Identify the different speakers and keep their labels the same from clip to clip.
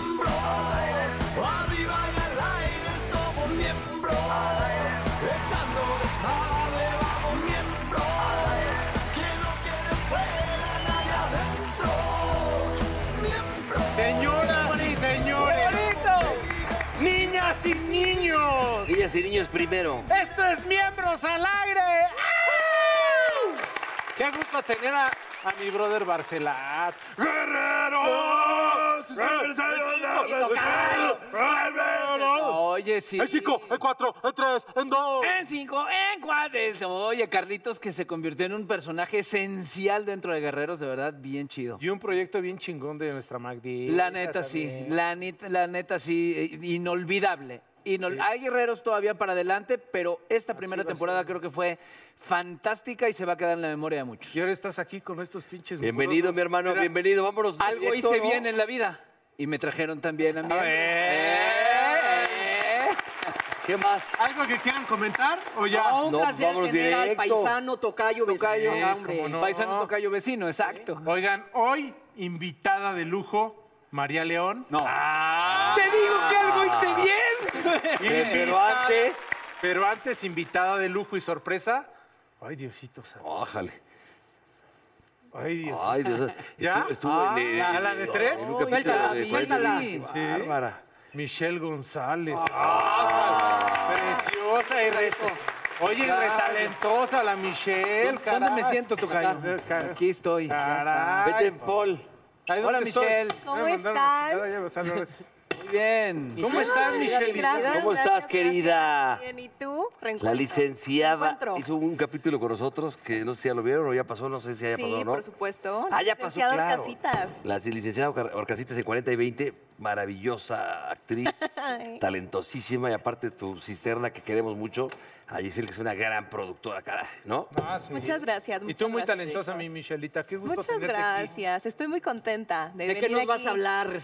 Speaker 1: Miembros, arriba y al aire somos miembros, echando desmadre vamos miembros, que no quede fuera nadie adentro, miembros.
Speaker 2: Señoras y señores. Niñas y niños.
Speaker 3: Niñas y niños primero.
Speaker 2: Esto es Miembros al Aire. ¡Au! Qué gusto tener a, a mi brother Barcelat.
Speaker 4: ¡Guerreros!
Speaker 2: Oye, sí.
Speaker 4: En cinco, en cuatro, en tres, en dos.
Speaker 5: En cinco, en cuates. Oye, Carlitos, que se convirtió en un personaje esencial dentro de Guerreros, de verdad, bien chido.
Speaker 2: Y un proyecto bien chingón de nuestra Magdi.
Speaker 5: La neta, sí. La, nit- la neta, sí. eh, Inolvidable. Inol- Hay guerreros todavía para adelante, pero esta primera temporada creo que fue fantástica y se va a quedar en la memoria de muchos.
Speaker 2: Y ahora estás aquí con estos pinches.
Speaker 3: Bienvenido,
Speaker 2: mugrosos.
Speaker 3: mi hermano,
Speaker 2: Mira,
Speaker 3: bienvenido. Vámonos.
Speaker 5: Algo
Speaker 3: directo,
Speaker 5: hice
Speaker 3: ¿no?
Speaker 5: bien en la vida. Y me trajeron también a mí.
Speaker 2: ver.
Speaker 5: ¡Eh!
Speaker 3: ¿Qué más?
Speaker 2: ¿Algo que quieran comentar o ya?
Speaker 5: No, pues un
Speaker 3: No,
Speaker 5: placer
Speaker 3: vámonos
Speaker 5: tener al
Speaker 3: directo.
Speaker 5: paisano tocayo vecino.
Speaker 2: Tocayo,
Speaker 5: Ah, hombre.
Speaker 2: cómo no.
Speaker 5: Paisano tocayo vecino, exacto.
Speaker 2: Oigan, hoy invitada de lujo, María León.
Speaker 5: No. ¡Te digo que algo hice bien!
Speaker 2: Invitada-
Speaker 3: Pero antes.
Speaker 2: Pero antes, invitada de lujo y sorpresa. Ay, Diosito santo.
Speaker 5: Ah.
Speaker 3: Ájale.
Speaker 2: Ay, Dios.
Speaker 3: Ay, Dios.
Speaker 2: ¿Ya?
Speaker 3: Estuvo, estuvo
Speaker 2: Ah,
Speaker 3: en, eh,
Speaker 2: ¿a la de tres?
Speaker 3: en un capítulo
Speaker 5: Suéltala,
Speaker 3: de-
Speaker 5: suéltala.
Speaker 3: Sí.
Speaker 2: Bárbara. Michelle González. Ah, preciosa y reto. Oye, y retalentosa la Michelle.
Speaker 5: ¿Dónde me
Speaker 2: caray.
Speaker 5: siento, tocayo?
Speaker 2: Caray.
Speaker 5: Aquí estoy, ya está.
Speaker 2: Caray.
Speaker 3: Vete en Paul.
Speaker 2: Ay, ¿dónde
Speaker 5: Hola,
Speaker 2: estoy?
Speaker 5: Michelle.
Speaker 2: Me
Speaker 6: ¿Cómo
Speaker 2: mandaron la
Speaker 6: están?
Speaker 2: chingada, ya me salió eso.
Speaker 5: Muy bien.
Speaker 2: ¿Cómo estás, Michelle?
Speaker 6: Gracias,
Speaker 3: ¿Cómo estás,
Speaker 6: gracias,
Speaker 3: querida?
Speaker 6: gracias. Bien, ¿y tú? Reencuentro.
Speaker 3: La licenciada
Speaker 6: Reencuentro.
Speaker 3: hizo un capítulo con nosotros que no sé si ya lo vieron o ya pasó, no sé si ya
Speaker 6: Sí,
Speaker 3: pasó, ¿no?
Speaker 6: por supuesto.
Speaker 3: Ah, ya pasó,
Speaker 6: Licenciada
Speaker 3: claro.
Speaker 6: Orcasitas.
Speaker 3: La licenciada Orca- Orcasitas en 40 y 20, maravillosa actriz,
Speaker 6: Ay.
Speaker 3: talentosísima y aparte tu cisterna que queremos mucho, a Giselle que es una gran productora, caray, ¿no?
Speaker 2: Ah, sí.
Speaker 6: Muchas gracias,
Speaker 2: Y
Speaker 6: muchas
Speaker 2: tú muy
Speaker 6: gracias,
Speaker 2: talentosa, mi
Speaker 6: chicos.
Speaker 2: Michelita. Qué gusto
Speaker 6: Muchas
Speaker 2: tenerte aquí.
Speaker 6: gracias. Estoy muy contenta de
Speaker 5: ¿De qué
Speaker 6: venir
Speaker 5: nos vas
Speaker 6: aquí.
Speaker 5: a hablar?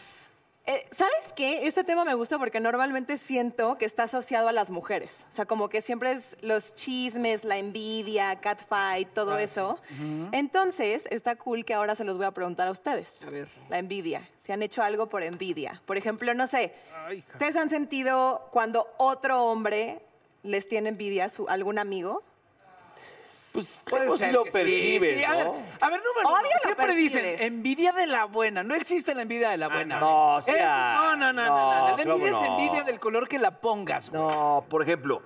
Speaker 6: Eh, ¿Sabes qué? Este tema me gusta porque normalmente siento que está asociado a las mujeres. O sea, como que siempre es los chismes, la envidia, catfight, todo
Speaker 2: Ah,
Speaker 6: eso. Entonces, está cool que ahora se los voy a preguntar a ustedes. A ver. La envidia. Si han hecho algo por envidia. Por ejemplo, no sé, ¿ustedes han sentido cuando otro hombre les tiene envidia a su, algún amigo?
Speaker 3: Pues,
Speaker 5: Puede
Speaker 3: pues sí
Speaker 5: ser
Speaker 3: lo
Speaker 5: que sí,
Speaker 3: percibes,
Speaker 5: sí, a, ver,
Speaker 3: ¿no?
Speaker 5: a ver, número uno,
Speaker 6: Obvio lo
Speaker 5: siempre dicen
Speaker 6: percibes.
Speaker 5: envidia de la buena. No existe la envidia de la buena.
Speaker 3: Ah, no, o
Speaker 5: Es-
Speaker 3: sea,
Speaker 5: no, no, no, no, no,
Speaker 3: no,
Speaker 5: La
Speaker 3: ¿cómo
Speaker 5: envidia es
Speaker 3: no?
Speaker 5: envidia del color que la pongas. güey.
Speaker 3: No, por ejemplo,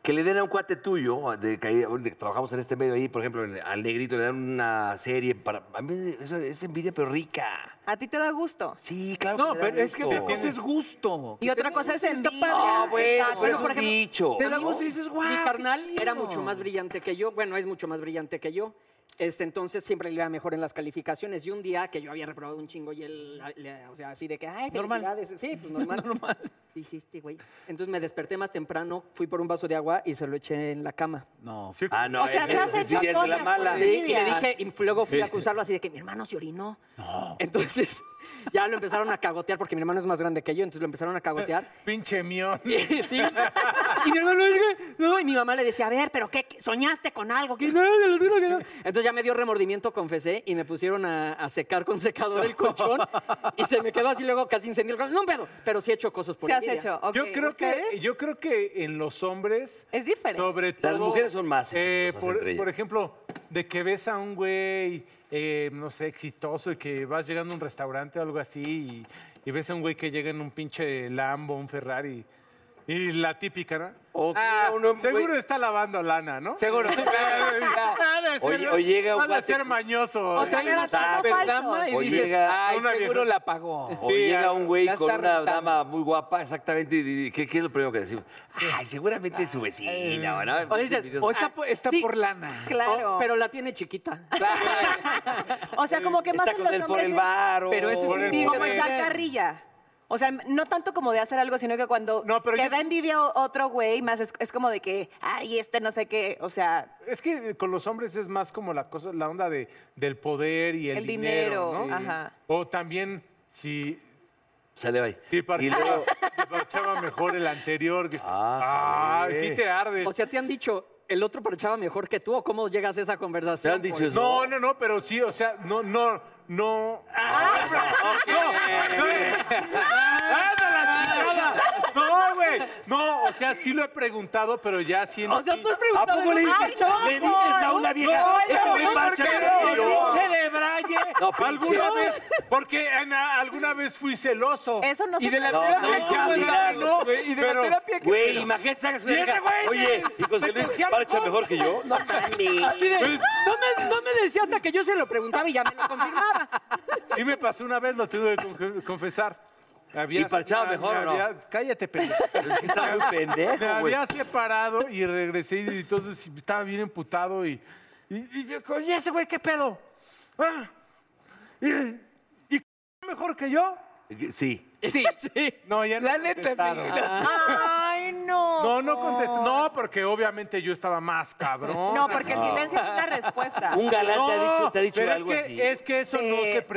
Speaker 3: que le den a un cuate tuyo, de que, ahí- de que trabajamos en este medio ahí, por ejemplo, en- al negrito le dan una serie para. A mí eso es envidia, pero rica.
Speaker 6: ¿A ti te da gusto?
Speaker 3: Sí, claro.
Speaker 5: No,
Speaker 3: me da
Speaker 5: pero es que
Speaker 3: gusto.
Speaker 5: otra cosa es gusto.
Speaker 6: Y otra cosa es
Speaker 5: Está
Speaker 6: envidia.
Speaker 5: padre.
Speaker 3: Ah, bueno,
Speaker 6: Exacto.
Speaker 3: pero es
Speaker 6: Bueno, por
Speaker 3: un
Speaker 6: ejemplo,
Speaker 3: dicho.
Speaker 5: Te da
Speaker 3: ¿no?
Speaker 5: gusto y dices, guau.
Speaker 7: Mi
Speaker 5: qué
Speaker 7: carnal
Speaker 5: chido".
Speaker 7: era mucho más brillante que yo. Bueno, es mucho más brillante que yo. Este, entonces siempre le iba mejor en las calificaciones. Y un día que yo había reprobado un chingo y él, le- o sea, así de que, ay,
Speaker 5: Normal.
Speaker 7: felicidades. Sí, pues normal. normal. Dijiste, güey. Entonces me desperté más temprano, fui por un vaso de agua y se lo eché en la cama.
Speaker 5: No,
Speaker 3: Ah, no,
Speaker 6: O sea,
Speaker 3: ese-
Speaker 6: se has
Speaker 3: ese sí
Speaker 6: hecho
Speaker 3: ya es de
Speaker 6: cosas
Speaker 3: la
Speaker 6: por
Speaker 3: mala.
Speaker 6: la
Speaker 7: Sí, y le
Speaker 6: envidia.
Speaker 7: dije, y luego fui a acusarlo así de que mi hermano se orinó. Entonces ya lo empezaron a cagotear porque mi hermano es más grande que yo, entonces lo empezaron a cagotear.
Speaker 2: Pinche mión.
Speaker 7: Sí. Y mi hermano, oiga, no, y mi mamá le decía, a ver, pero qué, qué? soñaste con algo, que no, te lo juro que no. Entonces ya me dio remordimiento, confesé, y me pusieron a, a secar con secador el colchón y se me quedó así luego casi incendió el colchón. No, pero, pero sí he hecho cosas por
Speaker 6: Se has
Speaker 7: envidia.
Speaker 6: hecho. ok.
Speaker 2: Yo creo que
Speaker 6: ¿Ustedes?
Speaker 2: yo creo que en los hombres
Speaker 6: Es diferente.
Speaker 2: Sobre todo
Speaker 3: Las mujeres son más
Speaker 2: eh,
Speaker 3: celosas
Speaker 2: por,
Speaker 3: entre ellas.
Speaker 2: por ejemplo, de que ves a un güey eh, no sé, exitoso y que vas llegando a un restaurante o algo así y, y ves a un güey que llega en un pinche Lambo, un Ferrari. Y la típica, ¿no? Ah, seguro está lavando lana, ¿no?
Speaker 5: Seguro.
Speaker 2: Ah, de
Speaker 3: Oye,
Speaker 2: ser-
Speaker 3: o llega un
Speaker 2: han de
Speaker 3: cuate-
Speaker 2: ser mañoso.
Speaker 6: O sea,
Speaker 2: Ay,
Speaker 6: era todo
Speaker 5: Pertama y
Speaker 6: falso.
Speaker 3: Oye,
Speaker 5: dices,
Speaker 3: llega
Speaker 5: ay,
Speaker 2: una
Speaker 5: seguro
Speaker 2: vieja-
Speaker 5: la pagó.
Speaker 3: O
Speaker 2: Sí,
Speaker 3: llega un güey
Speaker 5: ya
Speaker 3: con
Speaker 5: está
Speaker 3: una
Speaker 5: rentando.
Speaker 3: dama muy guapa, exactamente, y, y- ¿qué, qué es lo primero que decimos? Ay, seguramente es su vecina, ¿o ¿no?
Speaker 7: O dices,
Speaker 3: Envidioso.
Speaker 7: o está, por- está
Speaker 5: Sí.
Speaker 7: por lana.
Speaker 6: Eh. Claro.
Speaker 7: O- pero la tiene chiquita.
Speaker 6: O sea, como que más
Speaker 3: está
Speaker 6: en
Speaker 3: con
Speaker 6: los
Speaker 3: él por
Speaker 6: hombres
Speaker 3: el
Speaker 6: es
Speaker 3: bar. o-
Speaker 5: Pero ese es
Speaker 3: por el-
Speaker 5: envidia
Speaker 6: como
Speaker 5: de-
Speaker 6: echar carrilla. O sea, no tanto como de hacer algo, sino que cuando
Speaker 2: No, pero
Speaker 6: te
Speaker 2: yo-
Speaker 6: da envidia o- otro güey, más es, es como de que, ay, este no sé qué. O sea,
Speaker 2: Es que eh, con los hombres es más como la cosa, la onda de, del poder y el,
Speaker 6: El
Speaker 2: dinero,
Speaker 6: dinero,
Speaker 2: ¿no?
Speaker 6: ajá.
Speaker 2: O también si,
Speaker 3: Sale, bye.
Speaker 2: si
Speaker 3: Y
Speaker 2: parchaba,
Speaker 3: luego,
Speaker 2: si parchaba mejor el anterior. que-
Speaker 3: Ah,
Speaker 2: Ah, sí te ardes.
Speaker 7: O sea, te han dicho, el otro parchaba mejor que tú, o cómo llegas a esa
Speaker 3: ¿te
Speaker 7: conversación.
Speaker 3: han dicho eso?
Speaker 2: no, no, no, pero sí, o sea, no, no, no. Ah, no, güey. Ah, de la chingada. No, güey. No, o sea, sí lo he preguntado, pero ya sí.
Speaker 7: O sea, tú has preguntado.
Speaker 3: ¿A poco le
Speaker 7: el-
Speaker 3: dices,
Speaker 7: Ay, no,
Speaker 3: le dices a una vieja, este güey parcha,
Speaker 2: Pero
Speaker 3: pero-
Speaker 2: pinche de Braille,
Speaker 3: No, pinche.
Speaker 2: alguna vez, porque en- alguna vez fui celoso.
Speaker 6: eso no se
Speaker 3: No,
Speaker 6: trata.
Speaker 3: no,
Speaker 2: terapia que
Speaker 3: no,
Speaker 2: me dan,
Speaker 3: no.
Speaker 2: ¿no? Y de la terapia
Speaker 3: Güey, imagínate, sacas una
Speaker 2: Y ese
Speaker 3: vieja,
Speaker 2: güey
Speaker 3: Oye, ¿y
Speaker 2: te-
Speaker 3: José
Speaker 2: te
Speaker 3: Luis
Speaker 2: cogía al
Speaker 3: parcha
Speaker 2: otro".
Speaker 3: mejor que yo? Pues, No mames.
Speaker 7: Así de, no, me, no me decía hasta que yo se lo preguntaba y ya me lo confirmaba.
Speaker 2: Sí me pasó una vez, lo tuve que confe- confesar. Había
Speaker 3: ¿Y parchaba
Speaker 2: me
Speaker 3: mejor o no?
Speaker 2: había- Cállate, pendejo.
Speaker 3: Es que está muy
Speaker 2: Me
Speaker 3: pendejo, güey.
Speaker 2: había separado y regresé y entonces estaba bien emputado y... Y, y yo, "Oye, ese güey, ¿qué pedo? Ah, y, y mejor que yo?
Speaker 3: Sí.
Speaker 5: Sí, sí.
Speaker 2: No, ya
Speaker 5: La neta,
Speaker 2: contestaron.
Speaker 5: sí.
Speaker 6: Ay, no.
Speaker 2: No, no contesté. No, porque obviamente yo estaba más cabrón.
Speaker 6: No, porque el silencio es una respuesta.
Speaker 3: Un galán te ha dicho, te ha dicho
Speaker 2: pero
Speaker 3: algo
Speaker 2: es que,
Speaker 3: así.
Speaker 2: es que eso no
Speaker 6: De
Speaker 2: se pregunta,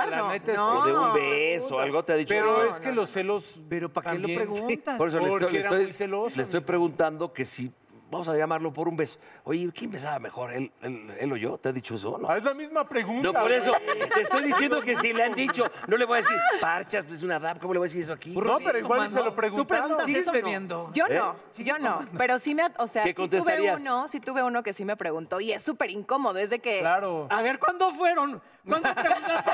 Speaker 6: preguntar,
Speaker 2: la
Speaker 6: no.
Speaker 2: neta es
Speaker 6: No.
Speaker 3: O
Speaker 2: que-
Speaker 3: de un beso, algo te ha dicho.
Speaker 2: Pero
Speaker 3: No,
Speaker 2: es que los celos... Pero
Speaker 5: ¿Para qué lo preguntas?
Speaker 3: Por eso le
Speaker 2: Porque
Speaker 3: estoy, le
Speaker 2: era
Speaker 3: estoy-
Speaker 2: muy celoso.
Speaker 3: le estoy preguntando que si, vamos a llamarlo por un beso. Oye, ¿quién besaba mejor, él, él, él o yo? ¿Te ha dicho eso? No,
Speaker 2: Ah, es la misma pregunta.
Speaker 3: no por
Speaker 2: güey.
Speaker 3: eso. Te estoy diciendo que si le han dicho, no le voy a decir, parchas, pues, es una rap, ¿cómo le voy a decir eso aquí?
Speaker 2: No, pero igual se lo
Speaker 5: Tú
Speaker 2: preguntaron.
Speaker 5: preguntas
Speaker 7: ¿Sigues
Speaker 5: eso,
Speaker 7: bebiendo?
Speaker 6: Yo
Speaker 3: ¿Eh?
Speaker 6: no, yo no. Pero sí me, o sea,
Speaker 3: ¿Qué
Speaker 6: sí tuve
Speaker 3: contestarías?
Speaker 6: uno, sí tuve uno que sí me preguntó y es súper incómodo, es de que.
Speaker 2: Claro.
Speaker 7: A ver, ¿cuándo fueron? ¿Cuándo preguntaste?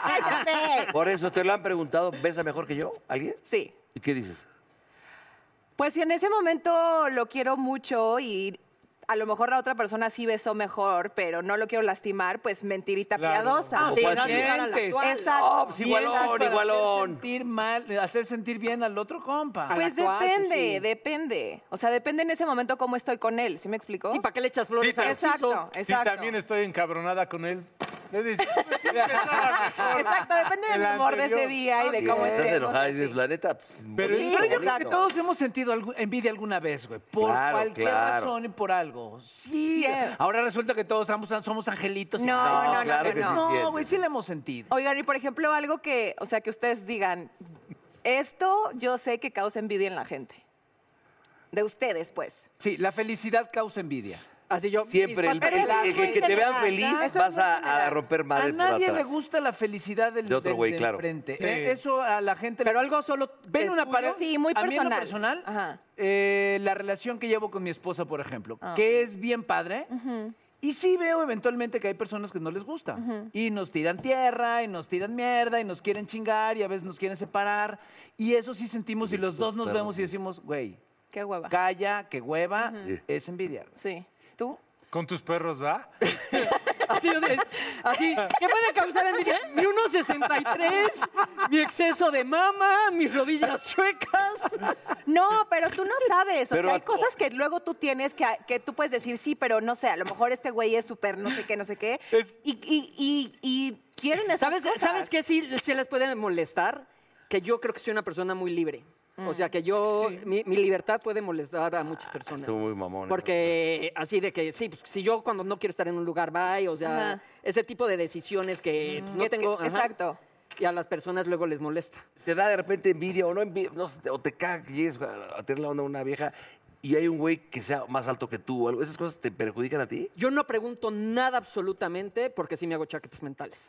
Speaker 6: "Ay, cállate".
Speaker 3: Por eso te lo han preguntado, ¿besa mejor que yo? ¿Alguien?
Speaker 6: Sí.
Speaker 3: ¿Y qué dices?
Speaker 6: Pues si en ese momento lo quiero mucho y a lo mejor la otra persona sí besó mejor, pero no lo quiero lastimar, pues mentirita
Speaker 2: Claro.
Speaker 6: piadosa.
Speaker 3: Ah, sí,
Speaker 6: Como
Speaker 3: no
Speaker 6: así.
Speaker 3: llegar
Speaker 7: a la actual.
Speaker 6: Exacto.
Speaker 5: Oh,
Speaker 3: No, pues
Speaker 5: Mientas
Speaker 3: igualón,
Speaker 5: para Hacer
Speaker 3: igualón.
Speaker 5: sentir mal, hacer sentir bien al otro compa.
Speaker 7: a la
Speaker 6: Pues
Speaker 7: actual, sí,
Speaker 6: depende,
Speaker 7: sí.
Speaker 6: depende. O sea, depende en ese momento cómo estoy con él, ¿sí me explicó?
Speaker 7: ¿Y para qué le echas flores al piso?
Speaker 6: Exacto,
Speaker 2: Si
Speaker 6: exacto.
Speaker 2: también estoy encabronada con él. Le dices, "Sí, pensaba mejor".
Speaker 6: Exacto, depende del
Speaker 2: El
Speaker 6: humor de
Speaker 2: anterior.
Speaker 6: ese día y de cómo
Speaker 3: Estás
Speaker 6: estemos.
Speaker 3: enojada y
Speaker 6: así.
Speaker 3: dices, la neta, pues,
Speaker 2: Pero
Speaker 3: bonito,
Speaker 6: Sí,
Speaker 5: Pero yo creo que
Speaker 3: bonito.
Speaker 5: todos hemos sentido algu- envidia alguna vez, güey. Por
Speaker 3: Claro,
Speaker 5: cualquier
Speaker 3: claro.
Speaker 5: razón y por algo. Sí.
Speaker 6: Sí.
Speaker 5: Ahora resulta que todos somos, somos angelitos. y-
Speaker 6: No, no, no, no,
Speaker 3: claro que
Speaker 6: no.
Speaker 3: sí.
Speaker 5: No, güey, sí la hemos sentido.
Speaker 6: Oigan, y por ejemplo, algo que, o sea, que ustedes digan, esto yo sé que causa envidia en la gente. De ustedes, pues.
Speaker 5: Sí, la felicidad causa envidia.
Speaker 7: Así yo.
Speaker 3: Siempre
Speaker 7: mis
Speaker 3: el,
Speaker 7: papeles-
Speaker 3: el- el- el que te vean feliz
Speaker 6: Eso es
Speaker 3: vas
Speaker 6: muy
Speaker 3: a,
Speaker 6: general.
Speaker 3: a romper madre
Speaker 5: a nadie
Speaker 3: por
Speaker 5: le
Speaker 3: atrás.
Speaker 5: gusta la felicidad del,
Speaker 3: De otro
Speaker 5: del-
Speaker 3: güey,
Speaker 5: del
Speaker 3: claro.
Speaker 5: frente.
Speaker 2: Sí.
Speaker 5: Eh, Eso a la gente. le-
Speaker 7: Pero algo solo.
Speaker 5: Ven
Speaker 7: de
Speaker 5: una
Speaker 7: tuyo.
Speaker 5: pareja.
Speaker 6: Sí, muy
Speaker 5: a mí en lo
Speaker 6: personal.
Speaker 5: personal,
Speaker 6: Ajá.
Speaker 5: eh, la relación que llevo con mi esposa, por ejemplo,
Speaker 6: Ah.
Speaker 5: que es bien padre. Y sí veo eventualmente que hay personas que no les gusta. Y nos tiran tierra, y nos tiran mierda, y nos quieren chingar, y a veces nos quieren separar. Y eso sí sentimos, y los dos nos vemos y decimos, güey,
Speaker 6: Qué hueva.
Speaker 5: calla, que hueva, es envidia.
Speaker 6: Sí. ¿Tú?
Speaker 2: Con tus perros, ¿va?
Speaker 7: Así, yo de- así. ¿Qué puede causar envidia? Mi 1.63, mi exceso de mama, mis rodillas chuecas.
Speaker 6: No, pero tú no sabes. O
Speaker 3: Pero
Speaker 6: sea, hay
Speaker 3: a-
Speaker 6: cosas que luego tú tienes que, que tú puedes decir sí, pero no sé, a lo mejor este güey es súper no sé qué, no sé qué.
Speaker 2: Es-
Speaker 6: Y, y, y, y quieren esas
Speaker 7: ¿Sabes,
Speaker 6: cosas.
Speaker 7: ¿Sabes qué sí, sí les puede molestar? Que yo creo que soy una persona muy libre. O sea, que yo, mi, mi libertad puede molestar a muchas personas.
Speaker 3: estuvo muy mamón, ¿eh?
Speaker 7: Porque así de que, sí, pues, si yo cuando no quiero estar en un lugar, bye, o sea,
Speaker 6: Ajá.
Speaker 7: ese tipo de decisiones que pues,
Speaker 6: Que-
Speaker 7: no
Speaker 6: que-
Speaker 7: tengo. ajá.
Speaker 6: exacto.
Speaker 7: Y a las personas luego les molesta.
Speaker 3: Te da de repente envidia o no envidia, no sé, o te caga que llegues a a tener la onda de una vieja y hay un güey que sea más alto que tú o algo. ¿Esas cosas te perjudican a ti?
Speaker 7: Yo no pregunto nada absolutamente porque sí me hago chaquetas mentales.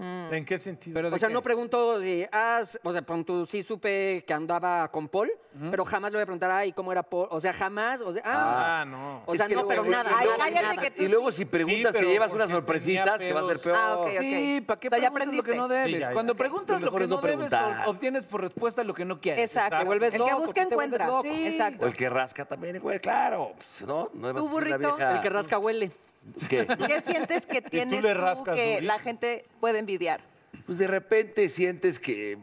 Speaker 3: Mm.
Speaker 2: ¿En qué sentido?
Speaker 7: O sea, no pregunto si has, o sea, pon tú, sí supe que andaba con Paul, pero jamás le voy a preguntar, ay, ¿cómo era Paul? O sea, jamás, o sea, ah,
Speaker 2: Ah, no.
Speaker 7: o sea,
Speaker 3: Es que
Speaker 7: no,
Speaker 3: luego-
Speaker 7: pero
Speaker 3: y
Speaker 7: nada.
Speaker 3: luego-
Speaker 7: no,
Speaker 6: cállate
Speaker 7: nada.
Speaker 6: que tú
Speaker 3: Y luego si preguntas
Speaker 2: Sí,
Speaker 3: te
Speaker 2: pero
Speaker 3: llevas
Speaker 2: porque
Speaker 3: unas sorpresitas
Speaker 2: tenía
Speaker 3: que va a ser
Speaker 2: pedos.
Speaker 3: peor.
Speaker 6: Ah, ok.
Speaker 5: Sí, ¿para qué
Speaker 6: O sea, ya
Speaker 5: preguntas lo que no
Speaker 6: aprendiste.
Speaker 5: debes?
Speaker 2: Sí, ya, ya.
Speaker 5: Cuando preguntas
Speaker 3: Lo
Speaker 5: lo
Speaker 3: mejor
Speaker 5: que
Speaker 3: es no
Speaker 5: no debes,
Speaker 3: preguntar.
Speaker 5: ob- obtienes por respuesta lo que no quieres.
Speaker 6: Exacto.
Speaker 7: Te vuelves
Speaker 6: el que
Speaker 7: loco,
Speaker 6: busca
Speaker 7: te vuelves
Speaker 6: encuentra.
Speaker 7: loco.
Speaker 6: Sí.
Speaker 3: O
Speaker 6: Exacto.
Speaker 3: el que rasca también, güey, claro. pues, no, no le vas
Speaker 6: Tú,
Speaker 3: a decir a una
Speaker 6: burrito,
Speaker 3: vieja-
Speaker 7: El que rasca huele.
Speaker 3: ¿Qué?
Speaker 6: ¿Qué sientes que tienes
Speaker 2: le
Speaker 6: tú
Speaker 2: rascas
Speaker 6: que
Speaker 2: durísimo.
Speaker 6: la gente puede envidiar?
Speaker 3: Pues de repente sientes que eh,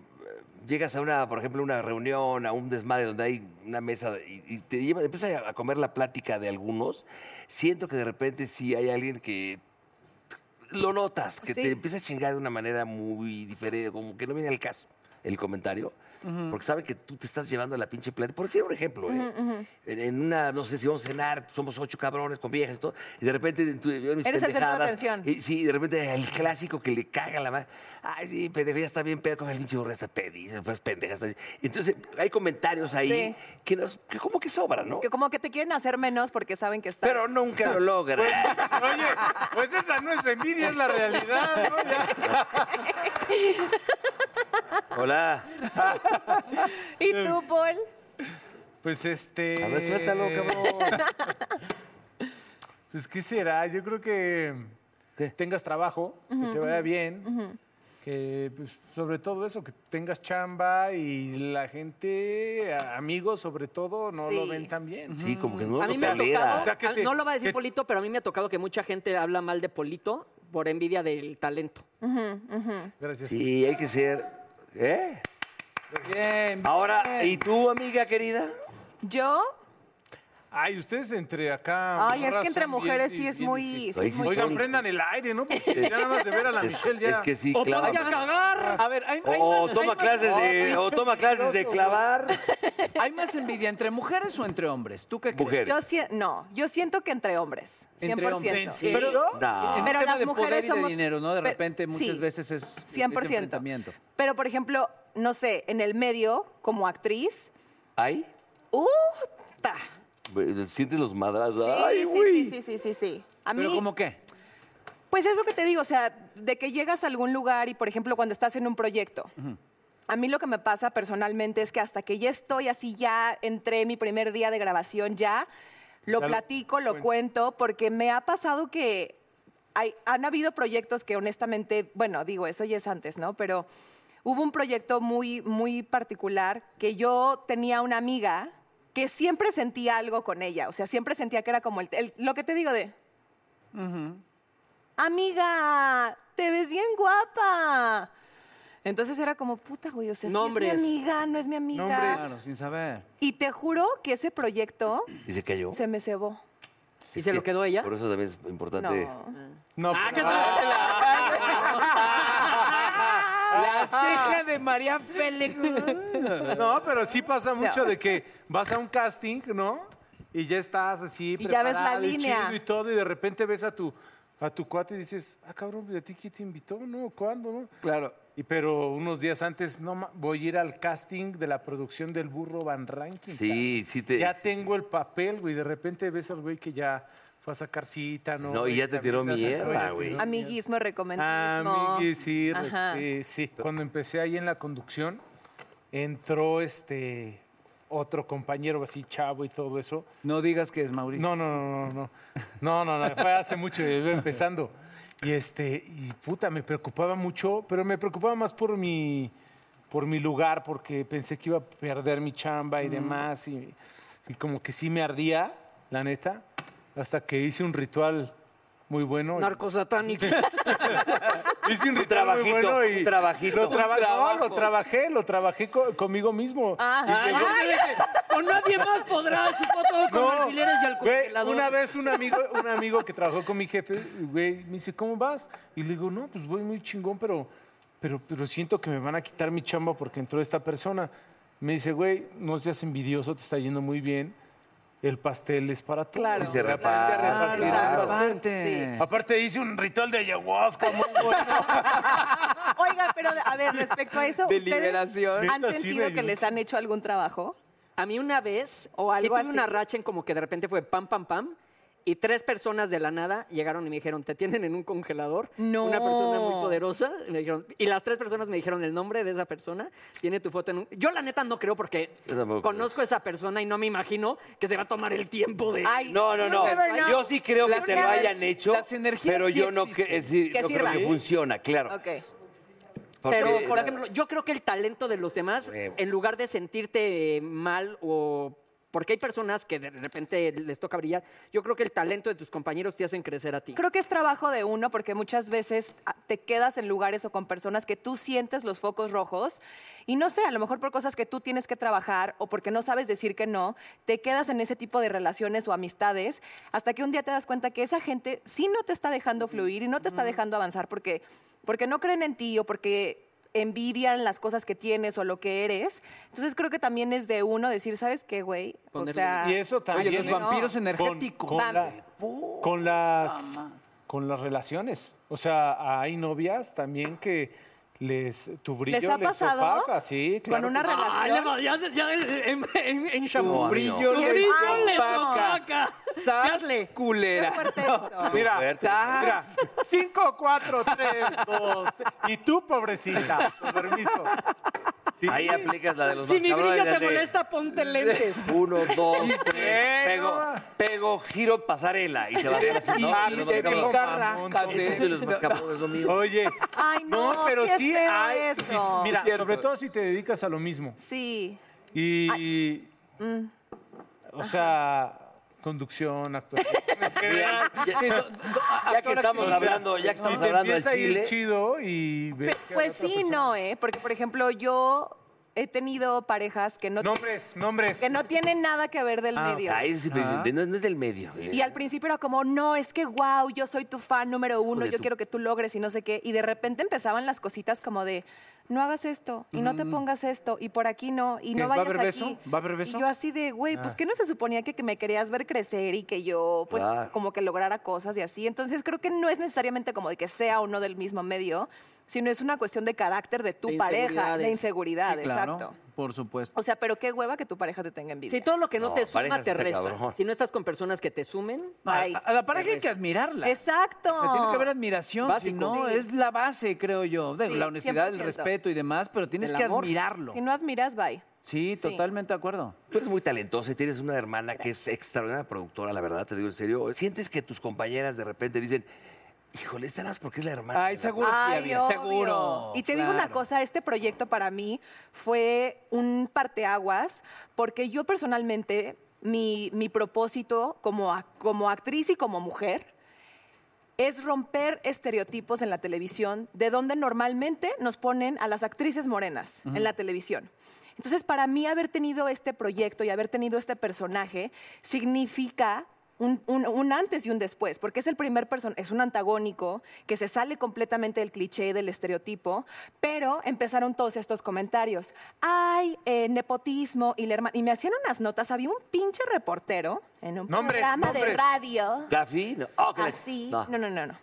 Speaker 3: llegas a una, por ejemplo, una reunión, a un desmadre donde hay una mesa y, y te lleva, empiezas a comer la plática de algunos. Siento que de repente sí hay alguien que lo notas, que te empieza a chingar de una manera muy diferente, como que no viene al caso el comentario, porque sabe que tú te estás llevando la pinche plata. Por decir un ejemplo, ¿eh? en, en una, no sé si vamos a cenar, somos ocho cabrones con viejas, y todo, y de repente tú- yo en mis
Speaker 6: Eres el centro de
Speaker 3: pendejadas,
Speaker 6: atención.
Speaker 3: y- sí, de repente el clásico que le caga la madre. Ay, sí, pendejo, ya está bien pedo con el pinche burro, está pedido, pues pendeja. está así. Entonces, hay comentarios ahí
Speaker 6: Sí.
Speaker 3: que, nos, que como que sobran, ¿no?
Speaker 6: Que como que te quieren hacer menos porque saben que estás...
Speaker 3: Pero nunca lo logran.
Speaker 2: Oye, pues esa no es envidia, es la realidad, ¿no? Ya.
Speaker 3: Hola.
Speaker 6: ¿Y tú, Paul?
Speaker 2: Pues este.
Speaker 3: A ver, suéltalo, cabrón.
Speaker 2: Pues, ¿qué será? Yo creo que tengas trabajo, que te vaya bien, que pues, sobre todo eso, que tengas chamba y la gente, a- amigos sobre todo, no lo
Speaker 6: Sí.
Speaker 2: ven tan bien.
Speaker 3: Sí, como que no
Speaker 7: A
Speaker 3: lo
Speaker 7: mí me ha
Speaker 3: tolera.
Speaker 7: tocado,
Speaker 2: O sea, que
Speaker 7: a-
Speaker 2: te-
Speaker 7: no lo va a decir
Speaker 2: que-
Speaker 7: Polito, pero a mí me ha tocado que mucha gente habla mal de Polito por envidia del talento.
Speaker 2: Gracias.
Speaker 3: Sí, hay que ser. ¿Eh?
Speaker 5: Bien.
Speaker 3: Ahora, ¿y tú, amiga querida?
Speaker 6: ¿Yo?
Speaker 2: Ay, ustedes entre acá.
Speaker 6: Ay, es
Speaker 2: morras
Speaker 6: que entre
Speaker 2: son bien-
Speaker 6: mujeres sí
Speaker 2: bien
Speaker 6: es muy...
Speaker 2: difíciles.
Speaker 6: sí es
Speaker 3: Ahí sí
Speaker 6: muy-
Speaker 3: soy.
Speaker 2: Oigan, prendan el aire, ¿no? Porque ya nada más de ver a la
Speaker 3: Es,
Speaker 2: Michelle ya.
Speaker 3: es que sí,
Speaker 7: ¡O
Speaker 3: clava.
Speaker 7: ponte a cagar!
Speaker 5: A ver, hay, hay
Speaker 3: O
Speaker 5: más- hay
Speaker 3: toma
Speaker 5: más-
Speaker 3: clases de, o toma clases de clavar.
Speaker 5: ¿Hay más envidia entre mujeres o entre hombres? ¿Tú qué crees?
Speaker 3: Mujeres.
Speaker 6: Yo si- No, yo siento que entre hombres, 100%.
Speaker 5: Entre hombres.
Speaker 2: serio?
Speaker 3: No.
Speaker 5: El
Speaker 6: Pero
Speaker 5: tema
Speaker 6: las
Speaker 5: de
Speaker 6: mujeres
Speaker 5: poder y de
Speaker 6: somos-
Speaker 5: dinero, ¿no? De
Speaker 6: Pe-
Speaker 5: repente muchas
Speaker 6: sí.
Speaker 5: veces es es
Speaker 6: 100%.
Speaker 5: enfrentamiento.
Speaker 6: Pero, por ejemplo, no sé, en el medio, como actriz,
Speaker 3: ¿Ay?
Speaker 6: ¡uh!
Speaker 3: Sientes los madrazos.
Speaker 6: Sí,
Speaker 3: Ay,
Speaker 6: sí,
Speaker 3: güey.
Speaker 6: sí, sí, sí, sí, sí. A mí,
Speaker 5: ¿Pero cómo qué?
Speaker 6: pues es lo que te digo, o sea, de que llegas a algún lugar y, por ejemplo, cuando estás en un proyecto, a mí lo que me pasa personalmente es que hasta que ya estoy así, ya entré mi primer día de grabación, ya lo
Speaker 2: Ya lo
Speaker 6: platico, lo cuento, porque me ha pasado que hay- han habido proyectos que honestamente, bueno, digo, eso ya es antes, ¿no? Pero hubo un proyecto muy, muy particular que yo tenía una amiga que siempre sentía algo con ella, o sea, siempre sentía que era como el- el- lo que te digo de... Amiga, te ves bien guapa. Entonces era como, puta, güey, o sea, sí
Speaker 7: Nombres.
Speaker 6: es mi amiga, no es mi amiga.
Speaker 2: Nombres.
Speaker 5: Claro, sin saber.
Speaker 6: Y te juro que ese proyecto
Speaker 3: Y se cayó.
Speaker 6: se me cebó.
Speaker 7: ¿Y se lo quedó ella?
Speaker 3: Por eso también es importante.
Speaker 6: No.
Speaker 2: No,
Speaker 5: Ah,
Speaker 2: pero-
Speaker 5: La ceja de María Félix.
Speaker 2: No, pero sí pasa mucho
Speaker 6: No.
Speaker 2: de que vas a un casting, ¿no? Y ya estás así,
Speaker 6: Y ya ves la
Speaker 2: preparada, y
Speaker 6: línea.
Speaker 2: chido y todo, y de repente ves a tu, a tu cuate y dices, ah, cabrón, ¿y a ti quién te invitó? ¿No? ¿Cuándo? ¿No?
Speaker 5: Claro.
Speaker 2: Y pero unos días antes, no, ma- voy a ir al casting de la producción del Burro Van Ranking.
Speaker 3: Sí, sí te.
Speaker 2: Ya tengo el papel, güey, de repente ves al güey que ya fue a sacar cita, ¿no?
Speaker 3: No, y ya te tiró
Speaker 2: También ya
Speaker 3: mierda,
Speaker 2: ya te
Speaker 3: güey.
Speaker 2: tiró
Speaker 6: Amiguismo, recomendismo.
Speaker 2: Ah, Miki, sí, re-
Speaker 6: Ajá.
Speaker 2: sí, sí. Cuando empecé ahí en la conducción, entró este otro compañero así chavo y todo eso.
Speaker 5: No digas que es Mauricio.
Speaker 2: No, no, no, no, no. No, no, no, fue hace mucho, yo iba empezando. Y este, y puta, me preocupaba mucho, pero me preocupaba más por mi, por mi lugar, porque pensé que iba a perder mi chamba y demás. Y, y como que sí me ardía, la neta, hasta que hice un ritual muy bueno.
Speaker 7: Narcosatánico.
Speaker 2: Hice un ritual muy
Speaker 3: trabajito,
Speaker 2: bueno
Speaker 3: un
Speaker 2: y
Speaker 3: trabajito.
Speaker 2: Lo, traba-
Speaker 5: Un trabajo.
Speaker 2: no, lo trabajé, lo trabajé co- conmigo mismo.
Speaker 7: Ah,
Speaker 6: Ajá.
Speaker 7: O nadie más podrá, supo ah, todo con
Speaker 2: No,
Speaker 7: alfileres y al
Speaker 2: güey,
Speaker 7: congelador.
Speaker 2: una vez un amigo, un amigo que trabajó con mi jefe, güey, me dice, ¿cómo vas? Y le digo, no, pues voy muy chingón, pero, pero, pero siento que me van a quitar mi chamba porque entró esta persona. Me dice, güey, no seas envidioso, te está yendo muy bien. El pastel es para todos.
Speaker 6: Claro. Y se
Speaker 2: Aprende a
Speaker 3: reparte,
Speaker 2: repartir el
Speaker 6: claro.
Speaker 2: pastel.
Speaker 5: Aparte.
Speaker 2: Aparte hice un ritual de ayahuasca muy bueno.
Speaker 6: Oiga, pero a ver, respecto a eso,
Speaker 5: De
Speaker 6: ¿ustedes
Speaker 5: liberación.
Speaker 6: ¿han
Speaker 2: Neta, sí
Speaker 6: sentido
Speaker 2: me
Speaker 6: que les
Speaker 2: ayudó.
Speaker 6: han hecho algún trabajo?
Speaker 7: A mí una vez,
Speaker 6: O
Speaker 7: o
Speaker 6: algo
Speaker 7: algo sí tuve
Speaker 6: así.
Speaker 7: una racha en como que de repente fue pam, pam, pam. Y tres personas de la nada llegaron y me dijeron, te tienen en un congelador.
Speaker 6: No.
Speaker 7: Una persona muy poderosa. y me dijeron- y las tres personas me dijeron el nombre de esa persona. Tiene tu foto en un... Yo la neta no creo porque
Speaker 3: Yo tampoco creo.
Speaker 7: conozco a esa persona y no me imagino que se va a tomar el tiempo de...
Speaker 6: Ay,
Speaker 3: No, no,
Speaker 6: you
Speaker 3: no.
Speaker 6: never know.
Speaker 3: Yo sí creo que
Speaker 5: Las
Speaker 3: te lo
Speaker 5: energías-
Speaker 3: hayan hecho.
Speaker 5: las energías
Speaker 3: Pero
Speaker 5: sí
Speaker 3: yo no,
Speaker 5: existen.
Speaker 3: que- es decir,
Speaker 6: Que
Speaker 3: no creo
Speaker 6: sirva.
Speaker 3: que funciona, claro.
Speaker 6: Ok.
Speaker 3: Porque-
Speaker 7: Pero, por ejemplo, yo creo que el talento de los demás,
Speaker 3: Huevo.
Speaker 7: en lugar de sentirte mal o... Porque hay personas que de repente les toca brillar. Yo creo que el talento de tus compañeros te hacen crecer a ti.
Speaker 6: Creo que es trabajo de uno porque muchas veces ah, te quedas en lugares o con personas que tú sientes los focos rojos y no sé, a lo mejor por cosas que tú tienes que trabajar o porque no sabes decir que no, te quedas en ese tipo de relaciones o amistades hasta que un día te das cuenta que esa gente sí no te está dejando fluir y no te está dejando avanzar porque, porque no creen en ti o porque envidian las cosas que tienes o lo que eres. Entonces creo que también es de uno decir, ¿sabes qué, güey? O
Speaker 7: Ponerle-
Speaker 6: sea,
Speaker 2: Y eso también.
Speaker 5: Oye, los
Speaker 2: ¿eh?
Speaker 5: vampiros
Speaker 2: Con-
Speaker 5: energéticos.
Speaker 2: Con, la-
Speaker 6: Vamp-
Speaker 2: con las, con las relaciones. O sea, hay novias también que les tu brillo
Speaker 6: ¿les ha pasado
Speaker 2: opaca, sí, claro.
Speaker 6: con una
Speaker 2: que sí.
Speaker 6: relación?
Speaker 7: Ay, no, ya, se- ya en, en, en shampoo.
Speaker 3: No,
Speaker 7: brillo.
Speaker 3: amigo.
Speaker 6: les
Speaker 7: les
Speaker 6: opaca.
Speaker 7: opaca.
Speaker 5: ¡Sas,
Speaker 6: Qué
Speaker 5: culera!
Speaker 6: fuerte eso.
Speaker 2: Mira,
Speaker 3: Fuerte.
Speaker 2: mira, 5, 4, 3, 2. Y tú, pobrecita, con permiso. Sí.
Speaker 3: Ahí aplicas la de los
Speaker 7: Si mi
Speaker 3: macabrones,
Speaker 7: brillo
Speaker 3: la
Speaker 7: te
Speaker 3: de-
Speaker 7: molesta, ponte lentes.
Speaker 3: Uno, dos,
Speaker 2: sé,
Speaker 3: tres. Pego,
Speaker 2: no.
Speaker 3: pego, giro, pasarela. Y te vas a hacer así,
Speaker 2: Y-
Speaker 3: ¿no?
Speaker 2: y
Speaker 3: Los
Speaker 2: te
Speaker 3: macabros-
Speaker 2: pica
Speaker 3: Mamón,
Speaker 2: rácate.
Speaker 3: ese de los macabros, lo mío.
Speaker 2: Oye.
Speaker 6: Ay, no,
Speaker 2: pero
Speaker 6: qué
Speaker 2: sí
Speaker 6: feo
Speaker 2: hay.
Speaker 6: eso.
Speaker 2: sí, mira,
Speaker 3: Cierto.
Speaker 2: sobre todo si te dedicas a lo mismo.
Speaker 6: Sí. Mm.
Speaker 2: Y. O sea, conducción, actuación.
Speaker 3: Mira, ya, ya que estamos hablando, ya que
Speaker 2: Y
Speaker 3: estamos
Speaker 2: te
Speaker 3: hablando de
Speaker 2: empieza a ir
Speaker 3: Chile.
Speaker 2: chido y ves
Speaker 6: Pe-
Speaker 2: que a
Speaker 6: pues
Speaker 2: otra
Speaker 6: sí,
Speaker 2: persona-
Speaker 6: no, ¿eh? Porque, por ejemplo, yo he tenido parejas que no,
Speaker 2: Nombres, nombres.
Speaker 6: que no tienen nada que ver
Speaker 3: Ah,
Speaker 6: del medio.
Speaker 3: Ahí
Speaker 5: Ah.
Speaker 3: sí me dicen, no, no es del medio. eh.
Speaker 6: Y al principio era como, no, es que wow, yo soy tu fan número uno,
Speaker 3: de
Speaker 6: yo
Speaker 3: tu-
Speaker 6: quiero que tú logres y no sé qué. Y de repente empezaban las cositas como de, no hagas esto, y
Speaker 3: Mm.
Speaker 6: no te pongas esto, y por aquí no, y
Speaker 5: ¿Qué?
Speaker 6: no
Speaker 5: ¿Va a
Speaker 6: vayas
Speaker 5: haber beso?
Speaker 6: aquí.
Speaker 5: ¿Va a haber beso?
Speaker 6: Y yo así de, güey, pues que no se suponía que, que me querías ver crecer y que yo, pues,
Speaker 3: Claro.
Speaker 6: como que lograra cosas y así. Entonces creo que no es necesariamente como de que sea uno del mismo medio, sino es una cuestión de carácter de tu
Speaker 7: De
Speaker 6: pareja, de
Speaker 7: inseguridades.
Speaker 6: inseguridad,
Speaker 5: Sí, claro,
Speaker 6: exacto.
Speaker 5: Por supuesto.
Speaker 6: O sea, pero qué hueva que tu pareja te tenga envidia.
Speaker 7: Si todo lo que no,
Speaker 3: No,
Speaker 7: te suma
Speaker 3: parejas
Speaker 7: te
Speaker 3: está
Speaker 7: resta.
Speaker 3: cabrón.
Speaker 7: Si no estás con personas que te sumen,
Speaker 5: No, a,
Speaker 6: Ay.
Speaker 5: a la pareja hay que admirarla.
Speaker 6: Exacto.
Speaker 5: O sea, tiene que haber admiración,
Speaker 7: Básico.
Speaker 5: si no,
Speaker 6: Sí.
Speaker 5: es la base, creo yo, de
Speaker 6: Sí,
Speaker 5: la honestidad, el
Speaker 6: 100%.
Speaker 5: respeto y demás, pero tienes
Speaker 7: Del
Speaker 5: que
Speaker 7: amor.
Speaker 5: admirarlo.
Speaker 6: Si no admiras, bye.
Speaker 5: Sí,
Speaker 6: Sí.
Speaker 5: totalmente de acuerdo.
Speaker 3: Tú eres muy talentosa y tienes una hermana que es extraordinaria productora, la verdad, te digo en serio. ¿Sientes que tus compañeras de repente dicen, híjole, esta nada más porque es la hermana?
Speaker 5: Ay, seguro sí
Speaker 6: Ay,
Speaker 5: había,
Speaker 6: obvio.
Speaker 5: seguro.
Speaker 6: Y te digo una
Speaker 5: claro.
Speaker 6: cosa, este proyecto para mí fue un parteaguas porque yo personalmente, mi, mi propósito como, ac- como actriz y como mujer es romper estereotipos en la televisión de donde normalmente nos ponen a las actrices morenas en la televisión. Entonces, para mí haber tenido este proyecto y haber tenido este personaje significa un, un- un antes y un después, porque es el primer personaje, es un antagónico que se sale completamente del cliché, del estereotipo, pero empezaron todos estos comentarios. Ay, eh, nepotismo y la hermana. Y me hacían unas notas, había un pinche reportero en un
Speaker 2: Nombres,
Speaker 6: programa de
Speaker 2: nombres.
Speaker 6: radio.
Speaker 3: ¿Gafi? No. Oh, que la-
Speaker 6: Así.
Speaker 3: No,
Speaker 6: no, no, no. no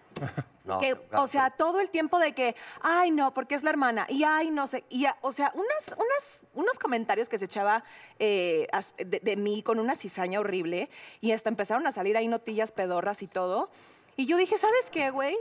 Speaker 3: no,
Speaker 6: que,
Speaker 3: no,
Speaker 6: o sea, todo el tiempo de que, ay, no, porque es la hermana, y ay, no sé, y, a- o sea, unas, unas, unos comentarios que se echaba eh, as- de, de mí con una cizaña horrible, y hasta empezaron a salir ahí notillas pedorras y todo, y yo dije, ¿sabes qué, güey?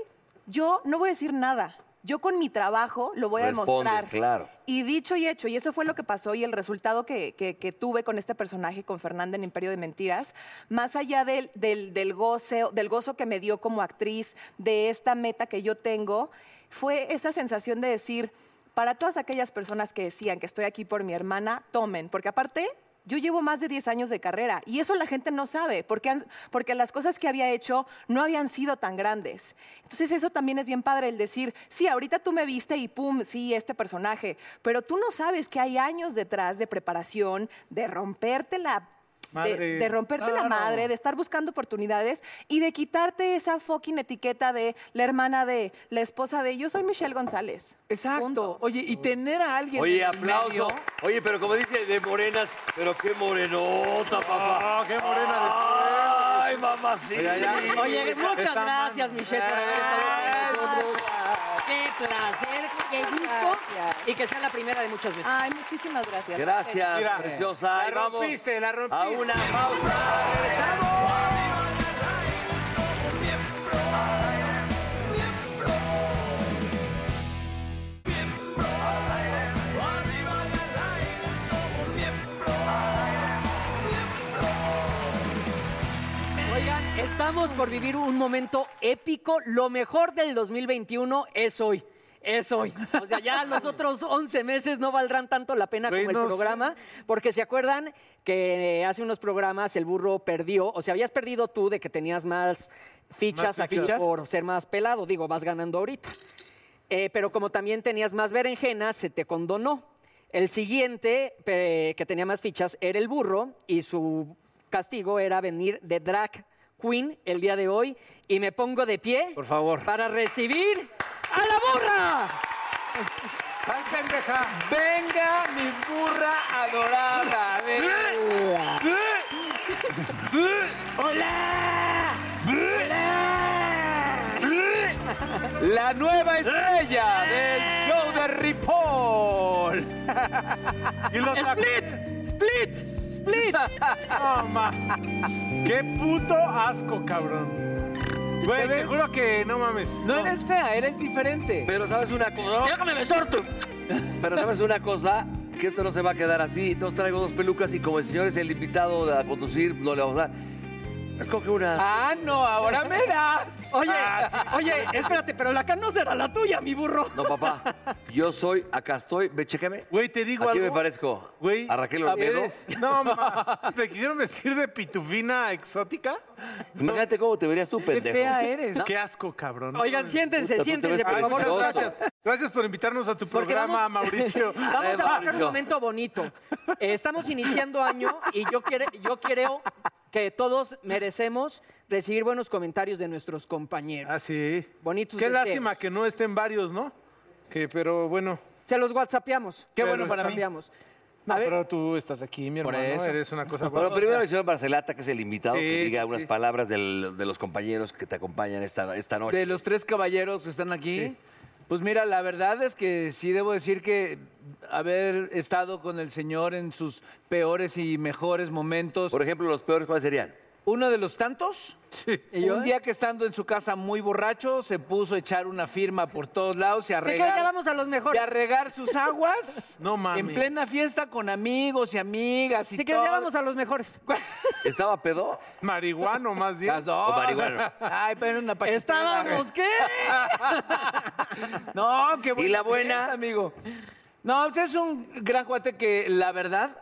Speaker 6: Yo no voy a decir nada, yo con mi trabajo lo voy a
Speaker 3: Respondes,
Speaker 6: demostrar.
Speaker 3: claro.
Speaker 6: Y dicho y hecho, y eso fue lo que pasó y el resultado que, que- que tuve con este personaje, con Fernanda en Imperio de Mentiras, más allá del, del, del goce- del gozo que me dio como actriz, de esta meta que yo tengo, fue esa sensación de decir, para todas aquellas personas que decían que estoy aquí por mi hermana, tomen, porque aparte... Yo llevo más de 10 años de carrera y eso la gente no sabe porque, han- porque las cosas que había hecho no habían sido tan grandes. Entonces eso también es bien padre el decir, sí, ahorita tú me viste y pum, sí, este personaje, pero tú no sabes que hay años detrás de preparación, de romperte la... de-
Speaker 2: Madre.
Speaker 6: De, romperte la
Speaker 5: Claro.
Speaker 6: madre, de estar buscando oportunidades y de quitarte esa fucking etiqueta de la hermana de, la esposa de, yo soy Michelle González.
Speaker 5: Exacto.
Speaker 6: Punto.
Speaker 5: Oye, y tener a alguien. en
Speaker 3: Oye,
Speaker 5: el
Speaker 3: aplauso.
Speaker 5: medio-
Speaker 3: Oye, pero como dice de morenas, pero qué morenota, papá.
Speaker 2: ¡Ah, qué morena!
Speaker 3: Ay, mamá, sí.
Speaker 7: Oye, muchas
Speaker 2: Esa
Speaker 7: gracias, Michelle, por haber estado con nosotros. Qué placer, qué gusto.
Speaker 6: Gracias.
Speaker 7: Y que sea la primera de muchas veces.
Speaker 6: Ay, muchísimas gracias.
Speaker 3: Gracias,
Speaker 2: Mira,
Speaker 3: preciosa.
Speaker 2: la
Speaker 3: Y vamos
Speaker 2: rompiste, la rompiste.
Speaker 3: A una pausa. Regresamos.
Speaker 1: Arriba y al aire
Speaker 7: Estamos por vivir un momento épico. Lo mejor del 2021 es hoy. Es hoy. O sea, ya los otros 11 meses no valdrán tanto la pena
Speaker 2: Güey,
Speaker 7: como el
Speaker 2: no sé.
Speaker 7: programa, porque se acuerdan que hace unos programas el burro perdió, o sea, habías perdido tú de que tenías más fichas
Speaker 2: Más
Speaker 7: aquí
Speaker 2: fichas.
Speaker 7: por ser más pelado, digo, vas ganando ahorita. Eh, pero como también tenías más berenjenas, se te condonó. El siguiente pe- que tenía más fichas era el burro y su castigo era venir de drag queen el día de hoy. Y me pongo de pie
Speaker 3: Por favor.
Speaker 7: para recibir a la burra.
Speaker 2: ¡Ay, pendeja!
Speaker 5: Venga mi burra adorada. Venga. ¡Hola! ¡Hola! La nueva estrella del show de Ripoll.
Speaker 2: Y los
Speaker 7: Split, split, split.
Speaker 2: No, ma. ¡Qué puto asco, cabrón! Güey, te juro que no mames.
Speaker 5: No eres fea, eres diferente.
Speaker 3: Pero sabes una cosa,
Speaker 7: Déjame besar tu-
Speaker 3: pero sabes una cosa, que esto no se va a quedar así. Entonces traigo dos pelucas y como el señor es el invitado a conducir, no le vamos a dar. Escoge una. Ah,
Speaker 5: Ah, no, ahora me das.
Speaker 7: Oye, oye, espérate, pero la can no será la tuya, mi burro.
Speaker 3: No, papá. Yo soy, acá estoy, ve, chécame.
Speaker 2: Güey, te digo
Speaker 3: ¿A quién
Speaker 2: algo.
Speaker 3: me parezco?
Speaker 2: Güey,
Speaker 3: ¿A Raquel Oviedo?
Speaker 2: eres- No, ma. ¿Te quisieron vestir de pitufina exótica?
Speaker 3: Imagínate cómo te verías tú,
Speaker 5: Qué
Speaker 3: pendejo.
Speaker 5: fea eres.
Speaker 2: ¡Qué asco, cabrón!
Speaker 7: Oigan, siéntense,
Speaker 3: Puta, tú te
Speaker 7: siéntense,
Speaker 3: ves
Speaker 7: por
Speaker 2: Ay,
Speaker 7: favor.
Speaker 3: precioso.
Speaker 2: muchas
Speaker 3: Dios.
Speaker 2: gracias. Gracias por invitarnos a tu
Speaker 7: Porque
Speaker 2: programa, Mauricio.
Speaker 7: Vamos a pasar un
Speaker 3: Mauricio.
Speaker 7: momento bonito. Eh, estamos iniciando año y yo, quiere- yo creo que todos merecemos recibir buenos comentarios de nuestros compañeros.
Speaker 2: Ah, sí.
Speaker 7: Bonitos
Speaker 2: Qué
Speaker 7: deseos.
Speaker 2: lástima que no estén varios, ¿no? Que, pero bueno.
Speaker 7: Se los whatsappeamos.
Speaker 2: Qué bueno para mí.
Speaker 7: Whatsappeamos.
Speaker 2: No,
Speaker 7: A ver,
Speaker 2: pero tú estás aquí, mi hermano.
Speaker 5: eso.
Speaker 2: Eres una cosa
Speaker 3: Bueno,
Speaker 2: buena.
Speaker 3: primero el señor Barcelata, que es el invitado,
Speaker 2: Sí,
Speaker 3: que diga
Speaker 2: sí,
Speaker 3: unas
Speaker 2: sí.
Speaker 3: palabras del- de los compañeros que te acompañan esta, esta noche.
Speaker 5: De los tres caballeros que están aquí, pues mira, la verdad es que sí debo decir que haber estado con el señor en sus peores y mejores momentos,
Speaker 3: Por ejemplo, los peores, ¿cuáles serían?
Speaker 5: uno de los tantos,
Speaker 7: ¿Y yo?
Speaker 5: un día que estando en su casa muy borracho, se puso a echar una firma por todos lados y a
Speaker 7: ¿de qué ya
Speaker 5: regar,
Speaker 7: vamos a los
Speaker 5: y
Speaker 7: mejores?
Speaker 5: a regar sus aguas
Speaker 2: No mames.
Speaker 5: en plena fiesta con amigos y amigas y
Speaker 7: ¿De qué
Speaker 5: todo.
Speaker 7: ya vamos a los mejores?
Speaker 3: ¿Estaba pedo?
Speaker 2: Marihuano, más bien.
Speaker 5: Las dos.
Speaker 3: O marihuana.
Speaker 5: Ay, pero una pachita.
Speaker 7: ¿Estábamos qué?
Speaker 5: No, qué bueno.
Speaker 3: ¿Y la buena?
Speaker 5: amigo. No, usted es un gran cuate que, la verdad,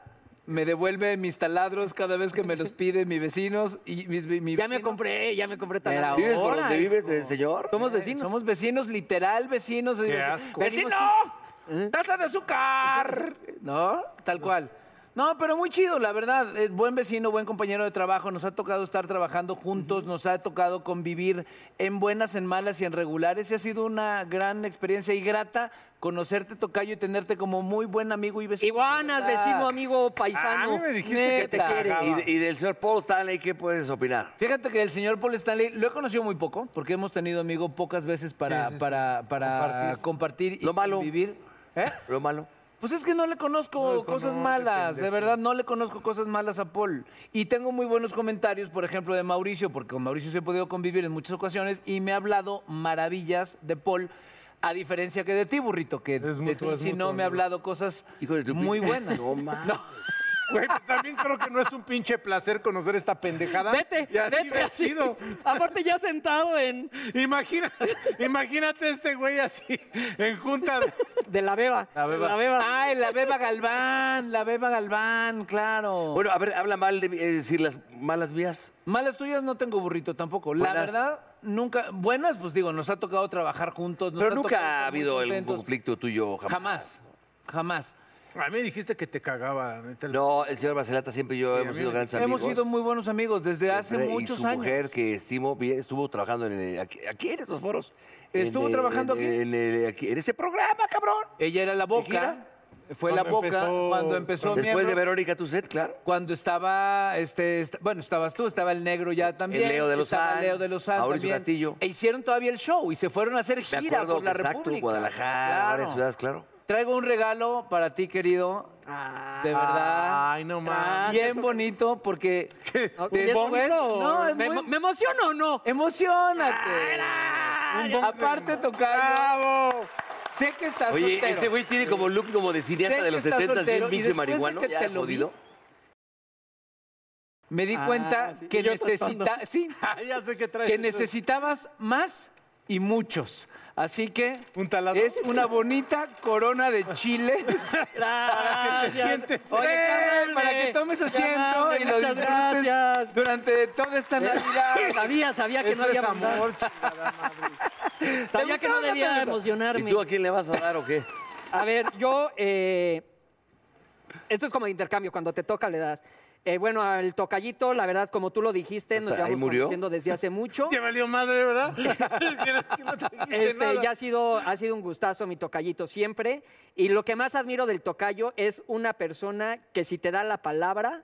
Speaker 5: me devuelve mis taladros cada vez que me los pide mis vecinos. y mis- mi- mi
Speaker 7: Ya me
Speaker 5: vecino.
Speaker 7: compré, ya me compré tan
Speaker 5: Pero
Speaker 3: ¿Vives por
Speaker 5: Ahora,
Speaker 3: donde
Speaker 5: hijo.
Speaker 3: vives, el señor?
Speaker 7: Somos vecinos.
Speaker 5: Eh, Somos vecinos, literal vecinos.
Speaker 2: asco.
Speaker 5: ¡Vecino! ¡Taza de azúcar! ¿No? Tal cual. No, pero muy chido, la verdad. Eh, Buen vecino, buen compañero de trabajo. Nos ha tocado estar trabajando juntos, nos ha tocado convivir en buenas, en malas y en regulares. Y ha sido una gran experiencia y grata conocerte, Tocayo, y tenerte como muy buen amigo y vecino.
Speaker 7: Iguanas,
Speaker 5: ¿verdad?
Speaker 7: vecino, amigo, paisano.
Speaker 2: Ah, a mí me dijiste
Speaker 7: que te
Speaker 5: Neta.
Speaker 7: quiere.
Speaker 3: ¿Y, de- y del señor Paul Stanley, ¿qué puedes opinar?
Speaker 5: Fíjate que el señor Paul Stanley lo he conocido muy poco, porque hemos tenido amigo pocas veces para, para, para compartir. y
Speaker 3: Lo malo.
Speaker 5: convivir. ¿Eh?
Speaker 3: Lo malo.
Speaker 5: Pues es que no le conozco cosas malas, de verdad, no le conozco cosas malas a Paul. Y tengo muy buenos comentarios, por ejemplo, de Mauricio, porque con Mauricio se he podido convivir en muchas ocasiones y me ha hablado maravillas de Paul, a diferencia que de ti, burrito, que de
Speaker 2: mutuo,
Speaker 5: ti
Speaker 2: es
Speaker 5: si no
Speaker 2: mutuo,
Speaker 5: me ha hablado cosas
Speaker 3: Hijo de tu
Speaker 5: muy
Speaker 3: pinche-
Speaker 5: buenas.
Speaker 3: No, mames.
Speaker 2: Güey, pues también creo que no es un pinche placer conocer esta pendejada.
Speaker 7: Vete,
Speaker 2: Y así
Speaker 7: vete así.
Speaker 2: vestido.
Speaker 7: Aparte ya sentado en
Speaker 2: Imagina, imagínate este güey así, en junta. de-
Speaker 7: de la beba.
Speaker 5: La beba.
Speaker 7: La beba.
Speaker 5: Ay, la beba Galván, la beba Galván, claro.
Speaker 3: Bueno, a ver, habla mal de mí, es decir las malas vías.
Speaker 5: Malas tuyas no tengo burrito tampoco. La
Speaker 3: Buenas.
Speaker 5: verdad, nunca. Buenas, pues digo, nos ha tocado trabajar juntos. nos
Speaker 3: Pero
Speaker 5: ha tocado
Speaker 3: nunca ha
Speaker 5: estar muy
Speaker 3: habido algún
Speaker 5: contentos.
Speaker 3: conflicto tuyo. Jamás.
Speaker 5: Jamás, jamás.
Speaker 2: A mí dijiste que te cagaba. neta.
Speaker 3: No, el señor Barcelata siempre y yo hemos sido grandes amigos.
Speaker 5: Hemos sido muy buenos amigos desde hace
Speaker 3: Siempre,
Speaker 5: muchos
Speaker 3: y su
Speaker 5: años.
Speaker 3: mujer que estimo bien, estuvo trabajando en el- aquí, aquí en estos foros.
Speaker 5: ¿Estuvo
Speaker 3: En el-
Speaker 5: trabajando
Speaker 3: en
Speaker 5: aquí?
Speaker 3: el- En, el- aquí- en este programa, cabrón.
Speaker 5: Ella era la boca.
Speaker 3: gira?
Speaker 5: Fue la
Speaker 2: Cuando
Speaker 5: boca
Speaker 2: empezó-
Speaker 5: cuando empezó
Speaker 3: Después
Speaker 5: Miembros,
Speaker 3: de Verónica Tucet, claro.
Speaker 5: Cuando estaba, este, est- bueno, estabas tú, estaba el negro ya también.
Speaker 3: Leo de
Speaker 5: Estaba
Speaker 3: Lozán,
Speaker 5: Leo de Lozán
Speaker 3: Mauricio
Speaker 5: también.
Speaker 3: Castillo.
Speaker 5: E hicieron todavía el show y se fueron a hacer
Speaker 3: Me
Speaker 5: gira por la
Speaker 3: exacto,
Speaker 5: República.
Speaker 3: Guadalajara,
Speaker 5: Claro.
Speaker 3: varias ciudades, claro.
Speaker 5: Traigo un regalo para ti, querido. de verdad.
Speaker 2: Ay, no mames.
Speaker 5: Bien bonito porque
Speaker 7: ¿Es
Speaker 5: después
Speaker 7: bonito?
Speaker 5: no, es
Speaker 7: ¿Me,
Speaker 5: muy-
Speaker 7: ¿Me emociona o no?
Speaker 5: emocionate. Un bom- Aparte tocar,
Speaker 2: ¡Bravo!
Speaker 5: sé que estás
Speaker 3: Oye,
Speaker 5: soltero.
Speaker 3: este güey tiene como look como de
Speaker 5: Sé
Speaker 3: cineasta
Speaker 5: que
Speaker 3: de los
Speaker 5: estás
Speaker 3: 70,
Speaker 5: soltero,
Speaker 3: bien
Speaker 5: y
Speaker 3: pinche
Speaker 5: después de
Speaker 3: marihuano,
Speaker 5: que
Speaker 3: ya
Speaker 5: te lo vi,
Speaker 3: jodido.
Speaker 5: me di cuenta
Speaker 7: Ah, sí.
Speaker 5: que
Speaker 7: Y yo tratando. Ah,
Speaker 5: necesita, sí,
Speaker 2: ya sé que traes.
Speaker 5: que
Speaker 2: eso.
Speaker 5: necesitabas más y muchos. Así que
Speaker 2: ¿Un taladro?
Speaker 5: es una bonita corona de chiles.
Speaker 2: Para que te sientes.
Speaker 5: Oye,
Speaker 7: qué amable.
Speaker 5: para que tomes
Speaker 7: Qué
Speaker 5: asiento
Speaker 7: amable,
Speaker 5: y lo
Speaker 7: muchas
Speaker 5: disfrutes
Speaker 7: gracias. Eh,
Speaker 5: durante toda esta Navidad.
Speaker 7: Sabía, sabía que
Speaker 2: Eso
Speaker 7: no había
Speaker 2: es
Speaker 7: bondad.
Speaker 2: amor, chingada madre.
Speaker 7: Sabía que no debía emocionarme.
Speaker 3: ¿Y tú a quién le vas a dar o qué?
Speaker 7: A ver, yo. eh, esto es como de intercambio, cuando te toca le das. Eh, bueno, al tocallito, la verdad, como tú lo dijiste, nos
Speaker 3: Hasta ahí
Speaker 7: llevamos
Speaker 3: murió.
Speaker 7: conociendo desde hace mucho.
Speaker 2: Te valió madre, ¿verdad? Que no trajiste
Speaker 7: Este,
Speaker 2: nada.
Speaker 7: ya ha sido, ha sido un gustazo mi tocallito siempre. Y lo que más admiro del tocayo es una persona que si te da la palabra,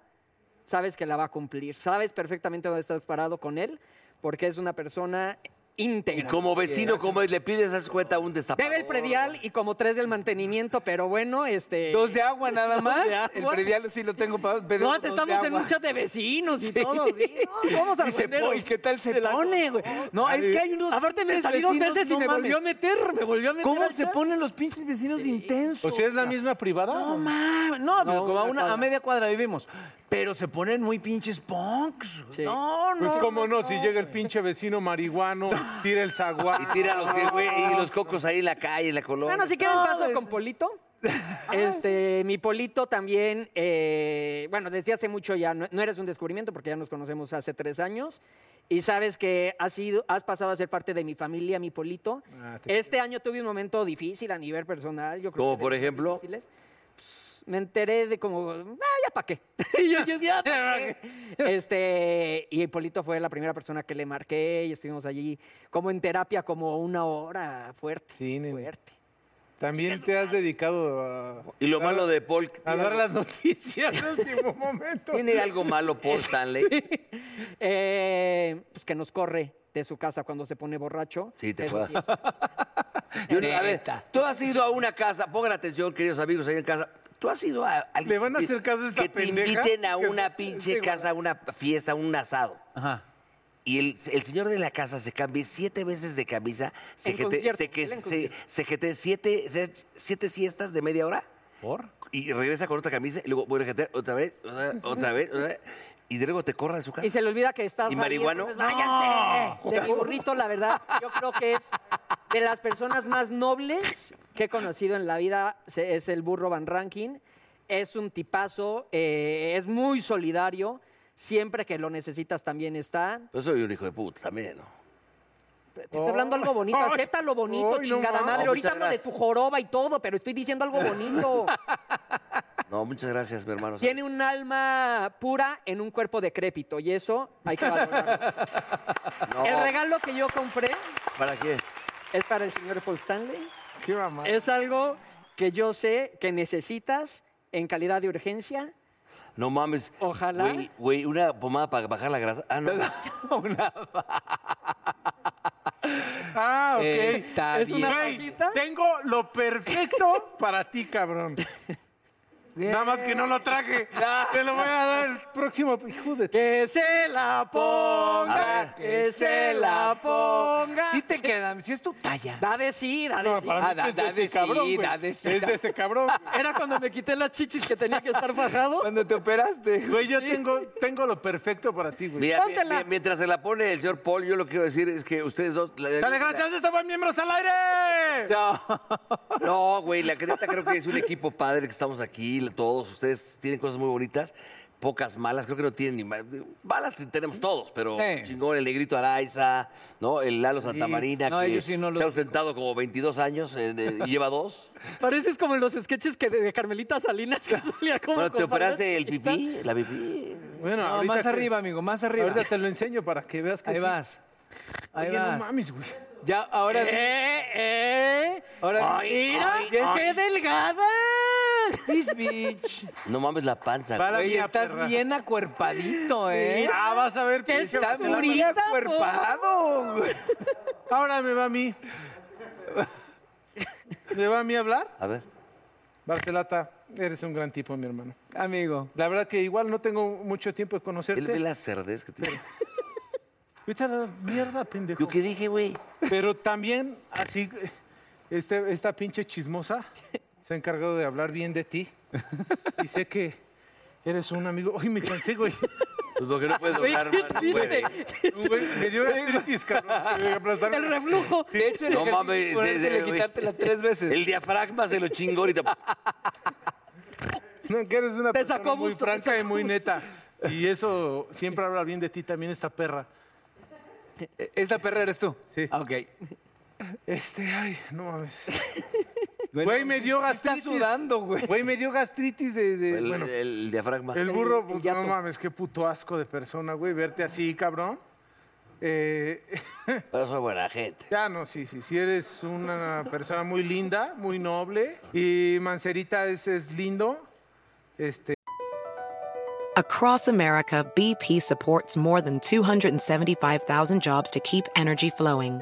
Speaker 7: sabes que la va a cumplir. Sabes perfectamente dónde estás parado con él, porque es una persona
Speaker 3: Y
Speaker 7: íntegra.
Speaker 3: como vecino, como es, le pides, haz cuenta, un destapador.
Speaker 7: Debe el predial y como tres del mantenimiento, pero bueno, este...
Speaker 5: Dos de agua nada más.
Speaker 7: de agua.
Speaker 5: El predial sí lo tengo para.
Speaker 7: No, hasta estamos en un chat de vecinos y todo, sí. No, vamos a
Speaker 5: Y, se po-
Speaker 7: aprenderlo.
Speaker 5: ¿Y qué tal se
Speaker 7: De la-
Speaker 5: pone, güey? No, es que hay unos.
Speaker 7: Aparte me
Speaker 5: pinches
Speaker 7: salí dos
Speaker 5: vecinos,
Speaker 7: veces y
Speaker 5: no
Speaker 7: me volvió a
Speaker 5: mames.
Speaker 7: meter, me volvió a meter.
Speaker 5: ¿Cómo
Speaker 7: al
Speaker 5: se
Speaker 7: chat.
Speaker 5: ponen los pinches vecinos intensos?
Speaker 2: ¿O si es la misma privada?
Speaker 5: No, mames. No, pero
Speaker 7: No,
Speaker 5: como a,
Speaker 7: una
Speaker 5: una-
Speaker 7: cuadra.
Speaker 5: a media cuadra vivimos. Pero se ponen muy pinches punks. güey.
Speaker 7: Sí.
Speaker 5: No, no.
Speaker 2: Pues cómo no, si llega el pinche vecino marihuano, tira el zaguán.
Speaker 3: Y tira los, que- güey, y los cocos ahí en la calle, en la colonia.
Speaker 7: Bueno, si quieren paso con Polito. Este, mi Polito también, eh, bueno, desde hace mucho ya, no, no eres un descubrimiento porque ya nos conocemos hace tres años y sabes que has, sido, has pasado a ser parte de mi familia, mi Polito.
Speaker 2: Ah, te-
Speaker 7: este año tuve un momento difícil a nivel personal. Yo creo
Speaker 3: ¿Cómo
Speaker 7: que de
Speaker 3: por
Speaker 7: los más
Speaker 3: ejemplo?
Speaker 7: difíciles. Pues, me enteré de como, ah, ya pa' qué. Y yo, yo, ya pa' qué. Este, y Polito fue la primera persona que le marqué y estuvimos allí como en terapia como una hora fuerte.
Speaker 2: Sí, nene.
Speaker 7: fuerte.
Speaker 2: También te has dedicado a,
Speaker 3: Y lo malo de Paul...
Speaker 2: a dar las noticias en último momento.
Speaker 3: ¿Tiene algo malo Paul Stanley?
Speaker 7: Eh, pues que nos corre de su casa cuando se pone borracho.
Speaker 3: Sí, te
Speaker 7: Eso
Speaker 3: puedo-
Speaker 7: es
Speaker 3: Yo digo, a ver, tú has ido a una casa, pongan atención, queridos amigos ahí en casa. Tú has ido a alguien
Speaker 2: ¿Le van a hacer caso a esta
Speaker 3: que te
Speaker 2: pendeja?
Speaker 3: inviten a
Speaker 2: Que-
Speaker 3: una pinche
Speaker 2: Sí, güey.
Speaker 3: casa, a una fiesta, a un asado.
Speaker 5: Ajá.
Speaker 3: Y el, el señor de la casa se cambie siete veces de camisa, se
Speaker 7: En
Speaker 3: jete,
Speaker 7: concierto,
Speaker 3: se, que-
Speaker 7: él en
Speaker 3: se-
Speaker 7: concierto.
Speaker 3: se jete siete, se- siete siestas de media hora
Speaker 5: ¿Por?
Speaker 3: y regresa con otra camisa y luego vuelve a jetear otra vez, otra, otra vez, otra vez, y luego te corra de su casa.
Speaker 7: Y se le olvida que estás.
Speaker 3: ¿Y
Speaker 7: ahí,
Speaker 3: marihuano?
Speaker 2: pues,
Speaker 7: entonces, ¡Váyanse! De mi burrito, la verdad, yo creo que es de las personas más nobles que he conocido en la vida. se- Es el burro Van Rankin. Es un tipazo, eh, es muy solidario. Siempre que lo necesitas también está.
Speaker 3: Yo Pues soy un hijo de puta también, ¿no?
Speaker 7: Te estoy hablando algo bonito.
Speaker 2: Ay,
Speaker 7: Acepta lo bonito,
Speaker 2: ay, no
Speaker 7: chingada
Speaker 2: mames.
Speaker 7: madre.
Speaker 3: No,
Speaker 7: Ahorita
Speaker 3: muchas
Speaker 7: hablo de tu
Speaker 3: gracias.
Speaker 7: joroba y todo, pero estoy diciendo algo bonito.
Speaker 3: No, muchas gracias, mi hermano.
Speaker 7: Tiene un alma pura en un cuerpo decrépito y eso hay que valorarlo.
Speaker 3: No,
Speaker 7: El regalo que yo compré
Speaker 3: ¿Para qué?
Speaker 7: es para el señor Paul Stanley.
Speaker 2: Qué mamá.
Speaker 7: Es algo que yo sé que necesitas en calidad de urgencia.
Speaker 3: No mames.
Speaker 7: Ojalá.
Speaker 3: Güey, Güey, una pomada para bajar la grasa. Ah, no.
Speaker 2: Ah, ok.
Speaker 3: Eh,
Speaker 5: Está
Speaker 2: es una
Speaker 7: bien.
Speaker 2: Güey,
Speaker 7: cajita.
Speaker 2: Tengo lo perfecto para ti, cabrón. Nada más que no lo traje. Te lo voy a dar el próximo. Hijo de
Speaker 7: Que se la
Speaker 3: A
Speaker 7: ponga,
Speaker 3: ver.
Speaker 7: que se la ponga.
Speaker 5: Sí te quedan, si es tu talla.
Speaker 7: Da de sí, da de
Speaker 2: No,
Speaker 7: sí.
Speaker 2: para
Speaker 5: Ah,
Speaker 2: mí
Speaker 5: da-
Speaker 2: es de
Speaker 5: da
Speaker 2: ese
Speaker 5: de sí,
Speaker 2: cabrón. güey.
Speaker 5: da de sí.
Speaker 2: Es de ese cabrón. güey.
Speaker 7: Era cuando me quité las chichis que tenía que estar fajado.
Speaker 5: Cuando te operaste.
Speaker 2: Güey, yo tengo, tengo lo perfecto para ti, güey.
Speaker 3: Mira,
Speaker 7: Póntela.
Speaker 3: mira, mientras se la pone el señor Paul, yo lo que quiero decir es que ustedes dos. la-
Speaker 2: Dale, gracias, estaban miembros al aire.
Speaker 5: No.
Speaker 3: No, güey, la creta creo que es un equipo padre que estamos aquí, todos. Ustedes tienen cosas muy bonitas, pocas malas, creo que no tienen ni malas. Malas tenemos todos, pero
Speaker 5: Sí.
Speaker 3: chingón, el Negrito Araiza, ¿no? El Lalo Santamarina,
Speaker 5: No,
Speaker 3: que
Speaker 5: ellos sí no
Speaker 3: se
Speaker 5: los-
Speaker 3: ha ausentado como 22 años en- en- y lleva dos.
Speaker 7: Pareces como en los sketches que de de Carmelita Salinas que salía como.
Speaker 3: Bueno, ¿te
Speaker 7: con faldas
Speaker 3: operaste el
Speaker 7: chiquitas.
Speaker 3: pipí? La pipí.
Speaker 2: Bueno,
Speaker 5: No,
Speaker 2: ahorita
Speaker 5: más
Speaker 2: te-
Speaker 5: arriba, amigo, más arriba.
Speaker 2: Ahorita te lo enseño para que veas que
Speaker 5: Ahí
Speaker 2: sí.
Speaker 5: vas. Ahí
Speaker 2: Oye,
Speaker 5: vas.
Speaker 2: no mames, güey.
Speaker 5: Ya, ahora sí.
Speaker 7: ¡Eh, eh!
Speaker 5: Ahora sí.
Speaker 7: ¡Mira!
Speaker 3: ay,
Speaker 7: ¡Qué
Speaker 3: ay.
Speaker 7: delgada!
Speaker 5: This bitch.
Speaker 3: No mames la panza.
Speaker 2: Para-
Speaker 3: güey.
Speaker 5: Oye,
Speaker 2: mía,
Speaker 5: estás
Speaker 2: perra.
Speaker 5: bien acuerpadito, ¿eh?
Speaker 2: Ah, vas a ver que
Speaker 7: está
Speaker 2: que va a
Speaker 5: Estás
Speaker 2: ser la-
Speaker 5: muy
Speaker 7: bonita, po.
Speaker 5: acuerpado. güey.
Speaker 2: Ahora me va a mí. ¿Me va a mí a hablar?
Speaker 3: A ver.
Speaker 2: Barcelata, eres un gran tipo, mi hermano.
Speaker 5: Amigo.
Speaker 2: La verdad que igual no tengo mucho tiempo de
Speaker 3: Él ve
Speaker 2: conocerte.
Speaker 3: la cerdez que tiene.
Speaker 2: Vete a la mierda, pendejo.
Speaker 3: Yo qué dije, güey.
Speaker 2: Pero también, así, este, esta pinche chismosa se ha encargado de hablar bien de ti. Y sé que eres un amigo. Ay, me cansé, güey.
Speaker 3: Pues porque no puedes
Speaker 7: Güey,
Speaker 3: doblar
Speaker 7: ¿qué
Speaker 3: más,
Speaker 7: te
Speaker 3: no puede.
Speaker 2: Güey, me dio gastritis, cabrón. Me aplastaron.
Speaker 5: El reflujo. De hecho, el
Speaker 3: No
Speaker 5: ejercicio
Speaker 3: mames,
Speaker 5: por
Speaker 3: ese,
Speaker 5: arte de
Speaker 3: güey.
Speaker 5: quitártela tres veces.
Speaker 3: El diafragma se lo chingó ahorita.
Speaker 2: No, que eres una
Speaker 7: Te
Speaker 2: persona
Speaker 7: sacó
Speaker 2: muy
Speaker 7: gusto, te
Speaker 2: franca
Speaker 7: sacó
Speaker 2: y muy neta. Y eso siempre habla bien de ti también esta perra. E,
Speaker 5: ¿Esta perra eres tú?
Speaker 2: Sí.
Speaker 5: Ah, ok.
Speaker 2: Este, ay, no mames. Güey, me dio
Speaker 5: Está
Speaker 2: gastritis.
Speaker 5: sudando, güey.
Speaker 2: Güey, me dio gastritis de... de-
Speaker 3: El,
Speaker 2: bueno,
Speaker 3: el diafragma.
Speaker 2: el burro,
Speaker 7: el
Speaker 2: pues,
Speaker 7: yato.
Speaker 2: no mames, qué puto asco de persona, güey. Verte así, cabrón. Eh,
Speaker 3: Pero soy buena gente.
Speaker 2: Ya no, sí, sí, sí eres una persona muy linda, muy noble y Mancerita es, es lindo. Este,
Speaker 8: Across America, BP supports more than 275,000 jobs to keep energy flowing.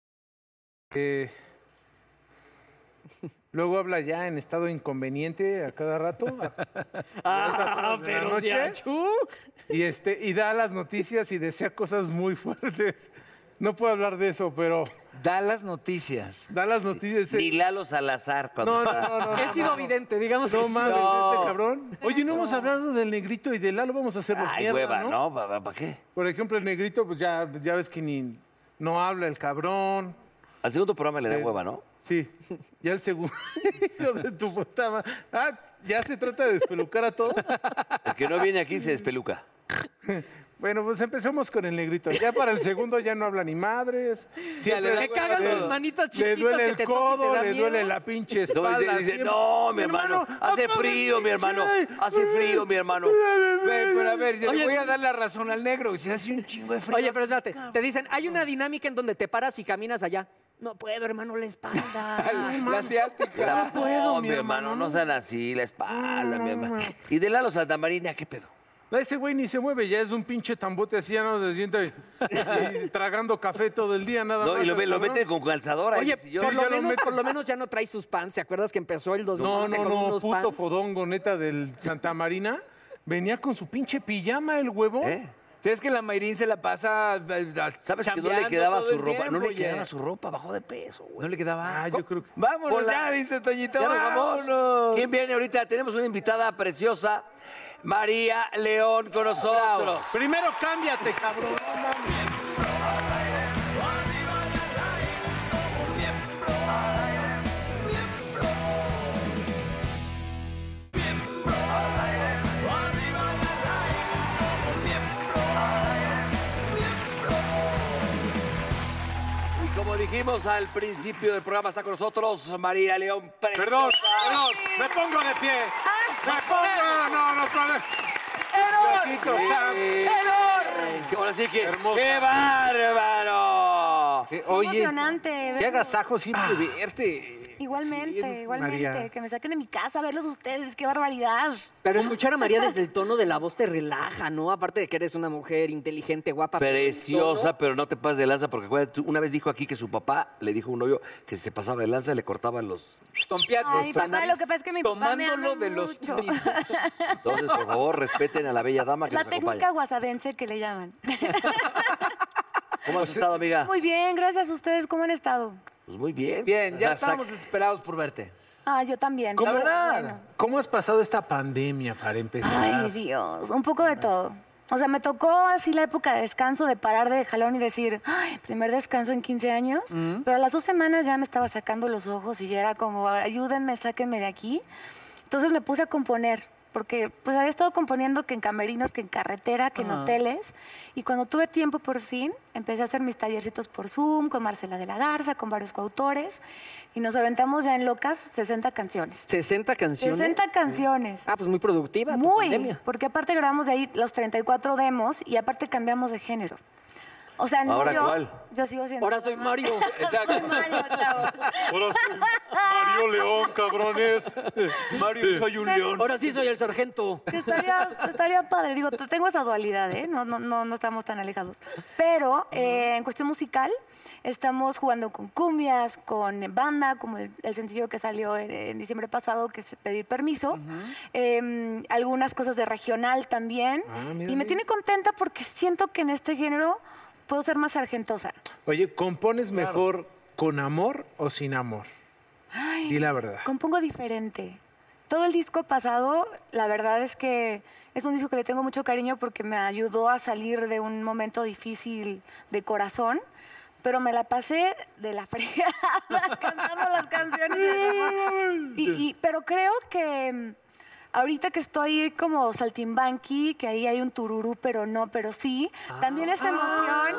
Speaker 2: eh, luego habla ya en estado inconveniente a cada rato.
Speaker 7: Ah,
Speaker 2: de la
Speaker 7: pero
Speaker 2: noche.
Speaker 7: ya, chu.
Speaker 2: Y este, y da las noticias y desea cosas muy fuertes. No puedo hablar de eso, pero
Speaker 5: Da las noticias.
Speaker 2: da las noticias.
Speaker 3: Ni Lalo Salazar cuando
Speaker 2: No, no,
Speaker 3: está-
Speaker 2: no, no,
Speaker 7: He sido vidente, digamos.
Speaker 2: No
Speaker 7: que sí.
Speaker 2: mames, este cabrón. Oye, no, hemos hablado del negrito y del Lalo, vamos a hacerlo
Speaker 3: Ay,
Speaker 2: mierda,
Speaker 3: hueva,
Speaker 2: ¿no?
Speaker 3: ¿no? ¿Para qué?
Speaker 2: Por ejemplo, el negrito, pues ya, ya ves que ni no habla el cabrón.
Speaker 3: Al segundo programa le da
Speaker 2: Sí.
Speaker 3: hueva, ¿no?
Speaker 2: Sí, ya el segundo. Hijo de tu puta ma- Ah, ya se trata de despelucar a todos.
Speaker 3: El que no viene aquí se despeluca.
Speaker 2: Bueno, pues empecemos con el negrito. Ya para el segundo ya no habla ni madres. Siempre
Speaker 7: le
Speaker 2: le
Speaker 7: da hueva cagan
Speaker 2: duele-
Speaker 7: sus manitas
Speaker 2: Le
Speaker 7: chiquitas
Speaker 2: duele
Speaker 7: que
Speaker 2: el
Speaker 7: te tocan y te
Speaker 2: codo,
Speaker 7: da
Speaker 2: le
Speaker 7: miedo.
Speaker 2: duele la pinche
Speaker 3: Como
Speaker 2: espalda.
Speaker 3: dice, pues, dice,
Speaker 2: siempre.
Speaker 3: no, mi hermano, hace
Speaker 2: apaga el
Speaker 3: frío, mi hermano,
Speaker 2: pinche-
Speaker 3: hace frío, mi hermano.
Speaker 5: Güey, pero a ver, yo le
Speaker 7: Oye,
Speaker 5: voy a dar la razón al negro. Se hace un chingo de frío.
Speaker 7: Oye, pero espérate, te dicen, hay una dinámica en donde te paras y caminas allá. No puedo, hermano, la espalda.
Speaker 5: La asiática.
Speaker 3: La- no, mi hermano, no sean así, la espalda, mi hermano. Y de Lalo Santamarina, ¿qué pedo?
Speaker 2: No, Ese güey ni se mueve, ya es un pinche tambote así, ya no se sienta y- y tragando café todo el día, nada
Speaker 3: No,
Speaker 2: más.
Speaker 3: y lo,
Speaker 2: el
Speaker 3: ve- lo
Speaker 2: cabrón.
Speaker 3: mete con calzadora.
Speaker 7: Oye,
Speaker 3: ese sillón.
Speaker 7: por,
Speaker 2: ya
Speaker 7: lo
Speaker 2: lo
Speaker 7: menos,
Speaker 2: meto.
Speaker 7: por lo menos ya no traes sus pants. ¿Te acuerdas que empezó el 2000
Speaker 2: No, no,
Speaker 7: con
Speaker 2: no,
Speaker 7: unos
Speaker 2: puto
Speaker 7: pants?
Speaker 2: fodongo, neta, del Santa Marina. Venía con su pinche pijama el huevo.
Speaker 3: ¿Eh?
Speaker 5: ¿Sabes que la Mayrín se la pasa
Speaker 3: ¿Sabes que no le
Speaker 5: chambeando
Speaker 3: quedaba
Speaker 5: todo
Speaker 3: su
Speaker 5: el
Speaker 3: ropa? no
Speaker 5: tiempo,
Speaker 3: le quedaba
Speaker 5: oye?
Speaker 3: su ropa, bajó de peso, güey.
Speaker 5: No le quedaba.
Speaker 2: Ah, yo creo que...
Speaker 5: Vámonos
Speaker 3: Hola.
Speaker 5: ya, dice Toñito.
Speaker 3: Ya nos vamos.
Speaker 5: vámonos.
Speaker 3: ¿Quién viene ahorita? Tenemos una invitada preciosa, María León, con nosotros.
Speaker 2: Primero cámbiate, cabrón.
Speaker 3: Y como dijimos al principio del programa, está con nosotros María León Preciosa.
Speaker 2: Perdón, perdón, me pongo de pie. Me pongo, no, no, perdón. Diosito santo.
Speaker 3: Ahora sí que,
Speaker 2: Hermosa.
Speaker 3: ¡qué bárbaro!
Speaker 9: emocionante.
Speaker 2: Qué
Speaker 9: verlos.
Speaker 2: agasajo siempre verte.
Speaker 9: Igualmente,
Speaker 2: Sí,
Speaker 9: igualmente.
Speaker 2: María.
Speaker 9: Que me saquen de mi casa a verlos ustedes. Qué barbaridad.
Speaker 7: Pero escuchar a María desde el tono de la voz te relaja, ¿no? Aparte de que eres una mujer inteligente, guapa. pero el
Speaker 3: Preciosa, pero no te pases de lanza, porque acuérdate, tú una vez dijo aquí que su papá le dijo a un novio que se pasaba de lanza, le cortaban los...
Speaker 9: Ay, papá, lo que pasa es que mi papá me
Speaker 5: Tomándolo
Speaker 9: ama
Speaker 5: de los
Speaker 9: mucho.
Speaker 5: turistas.
Speaker 3: Entonces, por favor, respeten a la bella dama que
Speaker 9: La
Speaker 3: nos acompaña.
Speaker 9: técnica guasadense que le llaman.
Speaker 3: ¿Cómo has estado, amiga?
Speaker 9: Muy bien, gracias a ustedes. ¿Cómo han estado?
Speaker 3: Pues muy bien.
Speaker 5: Bien, ya
Speaker 3: O sea, sac-
Speaker 5: estábamos desesperados por verte.
Speaker 9: Ah, yo también.
Speaker 2: ¿Cómo,
Speaker 9: Pero
Speaker 5: verdad.
Speaker 9: bueno.
Speaker 2: ¿Cómo has pasado esta pandemia para empezar?
Speaker 9: Ay, Dios, un poco de todo. O sea, me tocó así la época de descanso, de parar de jalón y decir, ay, primer descanso en 15 años, pero a las dos semanas ya me estaba sacando los ojos y ya era como, ayúdenme, sáquenme de aquí. Entonces me puse a componer. porque pues había estado componiendo que en camerinos, que en carretera, que en
Speaker 10: Ajá.
Speaker 9: hoteles. Y cuando tuve tiempo por fin, empecé a hacer mis tallercitos por Zoom, con Marcela de la Garza, con varios coautores. Y nos aventamos ya en locas 60 canciones.
Speaker 7: 60 canciones.
Speaker 9: 60 canciones.
Speaker 7: Ah, pues muy productiva. tu
Speaker 9: Muy,
Speaker 7: pandemia.
Speaker 9: porque aparte grabamos de ahí los 34 demos y aparte cambiamos de género. O sea, no
Speaker 7: ¿Ahora
Speaker 9: yo,
Speaker 7: cuál?
Speaker 9: yo sigo siendo...
Speaker 7: Ahora soy Mario.
Speaker 9: Soy Mario, chavo.
Speaker 2: Ahora soy Mario León, cabrones.
Speaker 5: Mario, soy un león.
Speaker 7: Ahora sí soy el sargento.
Speaker 9: Que Estaría, estaría padre, digo, t- tengo esa dualidad, ¿eh? No, no, no, no estamos tan alejados. Pero eh, en cuestión musical, estamos jugando con cumbias, con banda, como el, el sencillo que salió en, en diciembre pasado, que es Pedir Permiso. Eh, algunas cosas de regional también.
Speaker 2: Ah, mira,
Speaker 9: y me
Speaker 2: mira.
Speaker 9: tiene contenta porque siento que en este género puedo ser más argentosa.
Speaker 2: Oye, ¿compones mejor con amor o sin amor?
Speaker 9: Ay,
Speaker 2: Di la verdad.
Speaker 9: Compongo diferente. Todo el disco pasado, la verdad es que es un disco que le tengo mucho cariño porque me ayudó a salir de un momento difícil de corazón, pero me la pasé de la fregada cantando las canciones. de desamor. Y, y- pero creo que mm, ahorita que estoy como saltimbanqui, que ahí hay un tururú, pero no, pero sí,
Speaker 7: Ah,
Speaker 9: también esa emoción.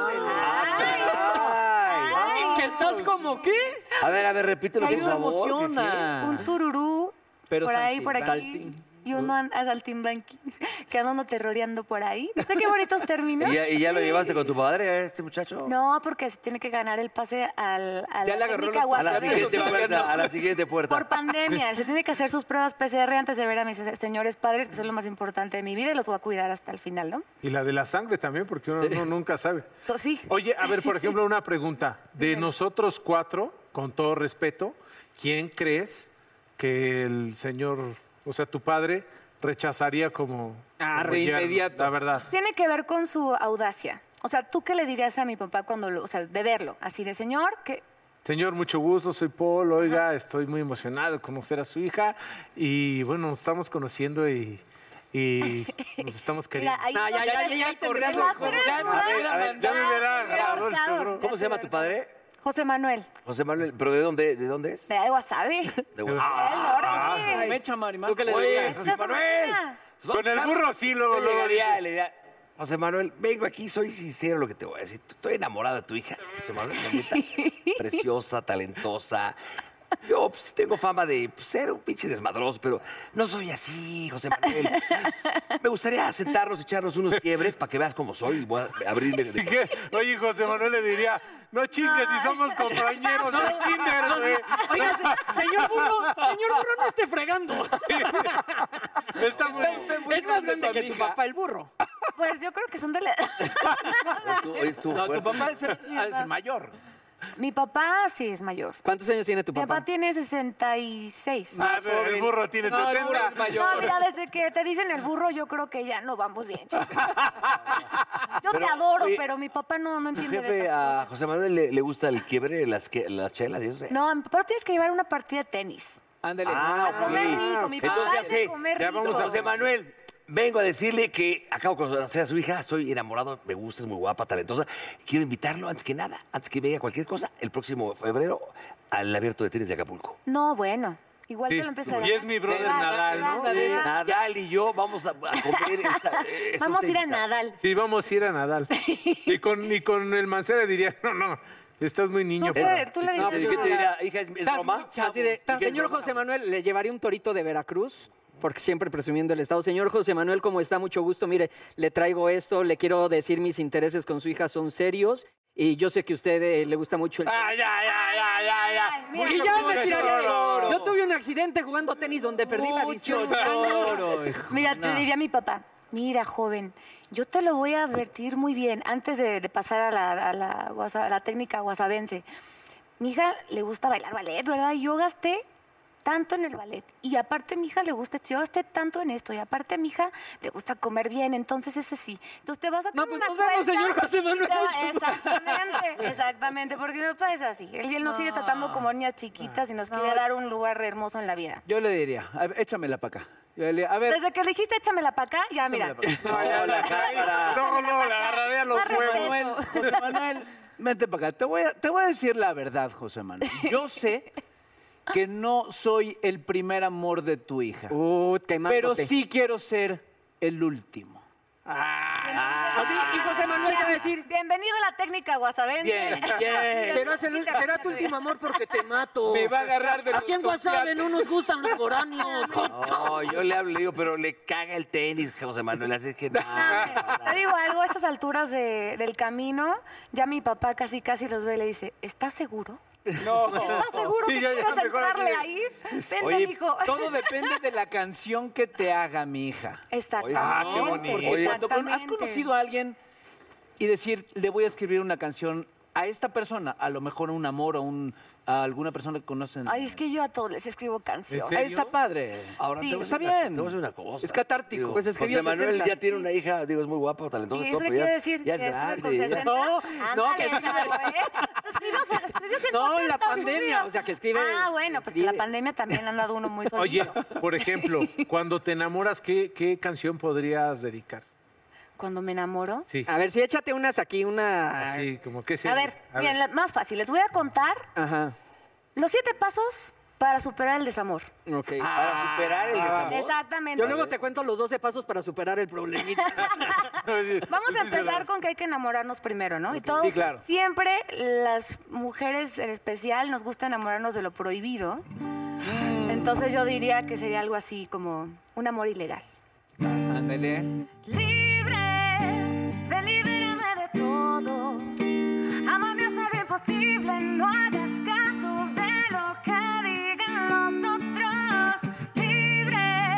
Speaker 7: ¿Que estás como qué?
Speaker 3: A ver, a ver, repite lo
Speaker 9: Hay
Speaker 3: que
Speaker 9: una
Speaker 7: emociona.
Speaker 9: Un tururú
Speaker 7: Pero
Speaker 9: por ahí,
Speaker 7: saltim-
Speaker 9: por aquí.
Speaker 7: saltim-
Speaker 9: Y uno an- a saltimbanqui, que anda uno terroreando por ahí. ¿Viste qué bonitos términos?
Speaker 3: ¿Y ya, y ya lo llevaste con tu padre a este muchacho?
Speaker 9: No, porque se tiene que ganar el pase al, a la técnica
Speaker 3: a la
Speaker 9: Guasave.
Speaker 3: siguiente puerta. A la siguiente puerta.
Speaker 9: Por pandemia, se tiene que hacer sus pruebas PCR antes de ver a mis se- señores padres, que son lo más importante de mi vida y los voy a cuidar hasta el final, ¿no?
Speaker 2: Y la de la sangre también, porque uno, uno nunca sabe.
Speaker 9: To- Sí.
Speaker 2: Oye, a ver, por ejemplo, una pregunta. De nosotros cuatro, con todo respeto, ¿quién crees que el señor, o sea, tu padre, rechazaría como...
Speaker 7: Ah,
Speaker 2: como
Speaker 7: de
Speaker 2: yerno?
Speaker 7: inmediato.
Speaker 2: La verdad.
Speaker 9: Tiene que ver con su audacia. O sea, ¿tú qué le dirías a mi papá cuando lo, o sea, de verlo? Así de señor, que
Speaker 2: Señor, mucho gusto, soy Paul. Oiga, estoy muy emocionado de conocer a su hija. Y bueno, nos estamos conociendo y, y nos estamos queriendo.
Speaker 9: Mira, ahí
Speaker 7: Ah, ya, ya, ya, ya, corriendo, corriendo. Ya no me hubiera mandado,
Speaker 2: me hubiera
Speaker 9: hubiera
Speaker 2: agarrado el
Speaker 9: ahorcado.
Speaker 2: seguro.
Speaker 3: ¿Cómo se llama tu padre?
Speaker 9: José Manuel,
Speaker 3: José Manuel. ¿Pero de dónde, de dónde es?
Speaker 9: de da wasabi.
Speaker 3: De Oaxaca.
Speaker 5: Ah,
Speaker 2: Ah,
Speaker 9: Ahora sí.
Speaker 5: Mecha, Marimar.
Speaker 7: ¿Tú qué le
Speaker 3: Oye,
Speaker 7: dirías?
Speaker 3: José Manuel. pues
Speaker 2: Con el
Speaker 3: vamos,
Speaker 2: burro sí, luego,
Speaker 3: Yo
Speaker 2: luego
Speaker 3: llegaría,
Speaker 2: dije.
Speaker 3: le diría, José Manuel, vengo aquí, soy sincero lo que te voy a decir. Tú- Estoy enamorado de tu hija, José Manuel, la neta, preciosa, talentosa. Yo pues, sí tengo fama de pues, ser un pinche desmadroso, pero no soy así, José Manuel. Me gustaría sentarnos, echarnos unos quiebres para que veas cómo soy. y Voy a abrirme. de-
Speaker 2: ¿Y qué? Oye, José Manuel le diría, no chingues, si somos compañeros del kinder, güey.
Speaker 7: Oiga, se- señor burro, señor burro, no esté fregando.
Speaker 2: Está muy...
Speaker 7: Es más grande que tu papá el burro.
Speaker 9: Pues yo creo que son de la...
Speaker 3: Tú- Oye, estuvo
Speaker 5: No, tu
Speaker 3: fuerte.
Speaker 5: papá es el, ha de ser mayor.
Speaker 9: Mi papá sí es mayor.
Speaker 7: ¿Cuántos años tiene tu
Speaker 9: Mi papá
Speaker 7: papá?
Speaker 9: tiene 66.
Speaker 2: A ver, el burro tiene
Speaker 7: No, el burro
Speaker 2: 70.
Speaker 7: es mayor.
Speaker 9: No, mira, desde que te dicen el burro, yo creo que ya no vamos bien. chico. Yo te
Speaker 3: Pero,
Speaker 9: adoro,
Speaker 3: oye,
Speaker 9: pero mi papá no, no
Speaker 3: Tu
Speaker 9: entiende de
Speaker 3: jefe, ah,
Speaker 9: esas
Speaker 3: a
Speaker 9: cosas.
Speaker 3: José Manuel le, le gusta el quiebre, las, que- las chelas y eso. ¿eh?
Speaker 9: No, a mi papá lo tienes que llevar a una partida de tenis.
Speaker 5: Ándale.
Speaker 3: Ah,
Speaker 9: A comer
Speaker 3: ok.
Speaker 9: rico, mi papá
Speaker 3: Entonces,
Speaker 9: es
Speaker 3: ya
Speaker 9: de
Speaker 3: sé,
Speaker 9: comer
Speaker 2: ya
Speaker 9: rico.
Speaker 2: vamos a-
Speaker 3: José Manuel, vengo a decirle que acabo de conocer a su hija, estoy enamorado, me gusta, es muy guapa, talentosa. Quiero invitarlo antes que nada, antes que vea cualquier cosa, el próximo febrero al abierto de tenis de Acapulco.
Speaker 9: No, bueno. Igual
Speaker 2: Sí,
Speaker 9: te lo empieza a
Speaker 2: y es mi brother
Speaker 9: Te va,
Speaker 2: Nadal,
Speaker 9: te va,
Speaker 2: ¿no?
Speaker 9: te
Speaker 2: Sí.
Speaker 9: va.
Speaker 3: Nadal y yo vamos a, a comer. esa- eh, esta
Speaker 9: Vamos a ir a
Speaker 3: técnica.
Speaker 9: Nadal.
Speaker 2: Sí, vamos a ir a Nadal. Y con, y con el Mancera diría, no, no, estás muy niño.
Speaker 9: Tú
Speaker 2: para-
Speaker 9: te- tú le
Speaker 3: No, pues,
Speaker 9: dices
Speaker 3: ¿Qué
Speaker 9: no.
Speaker 3: te dirá? Hija, ¿es, es
Speaker 7: Estás
Speaker 3: broma?
Speaker 7: muy chavo. Así de,
Speaker 3: Dije,
Speaker 7: señor
Speaker 3: "Es broma".
Speaker 7: José Manuel, le llevaré un torito de Veracruz, porque siempre presumiendo el Estado. Señor José Manuel, ¿cómo está? Mucho gusto. Mire, le traigo esto, le quiero decir mis intereses con su hija son serios. Y yo sé que a usted eh, le gusta mucho el...
Speaker 2: Ah, ya, ya, ya, ya, ya.
Speaker 9: Ay, mira.
Speaker 7: y
Speaker 2: Mucho
Speaker 7: ya
Speaker 2: pinche
Speaker 7: me tiraría de
Speaker 2: choro.
Speaker 7: Yo tuve un accidente jugando tenis donde perdí la visión.
Speaker 5: Lloro, hijo.
Speaker 9: Mira, te diría mi papá, mira, joven, yo te lo voy a advertir muy bien antes de, de pasar a la, a la guasa- a la técnica guasabense. Mi hija le gusta bailar ballet, ¿verdad? Y yo gasté tanto en el ballet. Y aparte a mi hija le gusta esto, yo gasté tanto en esto. Y aparte a mi hija le gusta comer bien, entonces ese sí. Entonces te vas a
Speaker 7: No,
Speaker 9: comer
Speaker 7: pues
Speaker 9: una
Speaker 7: nos vemos,
Speaker 9: cuenta,
Speaker 7: señor José Manuel.
Speaker 9: te va- Exactamente, exactamente, porque mi papá es así. Él, él nos sigue tratando como niñas chiquitas y nos quiere dar un lugar hermoso en la vida.
Speaker 5: Yo le diría, a ver, échamela para acá. Yo le diría, a ver,
Speaker 9: Desde que le dijiste échamela para acá, ya mira.
Speaker 2: No, ya, la cámara. Luego, luego le agarraré a los
Speaker 9: Más
Speaker 2: huevos.
Speaker 9: respeto.
Speaker 5: Manuel, José Manuel, vente para acá. Te voy, a, te voy a decir la verdad, José Manuel. Yo sé que no soy el primer amor de tu hija. pero
Speaker 7: quemándote.
Speaker 5: sí quiero ser el último.
Speaker 7: Así, y José Manuel te va a decir.
Speaker 9: Bienvenido a la técnica, Guasabén.
Speaker 7: Bien, bien. Pero es el ul- pero a tu último amor porque te mato.
Speaker 3: Me va a agarrar de
Speaker 7: Aquí en
Speaker 3: los
Speaker 7: WhatsApp
Speaker 3: topiates.
Speaker 7: no nos gustan los foráneos.
Speaker 3: No, yo le hablo, le digo, pero le caga el tenis, José Manuel. Así que no.
Speaker 9: Te digo algo, a estas alturas de- del camino, ya mi papá casi casi los ve y le dice, ¿estás seguro?
Speaker 5: No.
Speaker 9: ¿Estás seguro
Speaker 5: Sí,
Speaker 9: que
Speaker 5: ya, ya,
Speaker 9: quieres
Speaker 5: mejor así de-
Speaker 9: entrarle ahí? Vente,
Speaker 5: Oye,
Speaker 9: mijo.
Speaker 5: todo depende de la canción que te haga mi hija.
Speaker 9: Exactamente.
Speaker 5: Ah, qué bonito. Porque cuando con- has
Speaker 9: Exactamente.
Speaker 5: conocido a alguien y decir, le voy a escribir una canción a esta persona, a lo mejor a un amor o un- a alguna persona que conocen.
Speaker 9: Ay, es que yo a todos les escribo canciones.
Speaker 5: Ahí está padre.
Speaker 3: Ahora
Speaker 9: Sí.
Speaker 3: te voy a
Speaker 5: Está
Speaker 3: decir una-
Speaker 5: bien.
Speaker 3: te voy a decir una cosa.
Speaker 5: Es catártico.
Speaker 3: Digo,
Speaker 5: Pues escribió
Speaker 3: José Manuel
Speaker 5: 60.
Speaker 3: ya tiene una hija, digo, es muy guapo, talentoso,
Speaker 9: Y
Speaker 3: todo,
Speaker 9: eso
Speaker 3: pero
Speaker 9: quiere
Speaker 3: pues ya, es-
Speaker 9: decir
Speaker 3: ya es
Speaker 9: que estuvo con
Speaker 3: grande.
Speaker 9: 60.
Speaker 7: No, no, que
Speaker 9: Ándale, chavo, ¿eh? Escribió- escribió
Speaker 7: No, la
Speaker 9: 160
Speaker 7: pandemia,
Speaker 9: subido.
Speaker 7: o sea, que escribe.
Speaker 9: Ah, bueno, pues
Speaker 7: escribe.
Speaker 9: la pandemia también han dado uno muy solito.
Speaker 2: Oye, por ejemplo, cuando te enamoras, ¿qué, qué canción podrías dedicar?
Speaker 9: Cuando me enamoro.
Speaker 2: Sí,
Speaker 7: A ver, si échate unas aquí, una.
Speaker 2: así como que sí.
Speaker 9: A ver, miren, la- más fácil. Les voy a contar
Speaker 7: Ajá.
Speaker 9: los siete pasos para superar el desamor.
Speaker 7: Ok.
Speaker 3: Para superar el desamor.
Speaker 9: Exactamente.
Speaker 7: Ah. Yo luego te cuento los 12 pasos para superar el problemita.
Speaker 9: Vamos a empezar con que hay que enamorarnos primero, ¿no? Y todos,
Speaker 5: Sí, claro.
Speaker 9: siempre las mujeres en especial nos gusta enamorarnos de lo prohibido. Entonces yo diría que sería algo así como un amor ilegal.
Speaker 5: Ándale.
Speaker 9: Libre, delibérame de todo. Amame hasta lo imposible, no hagas caso de lo que digan los otros. Libre,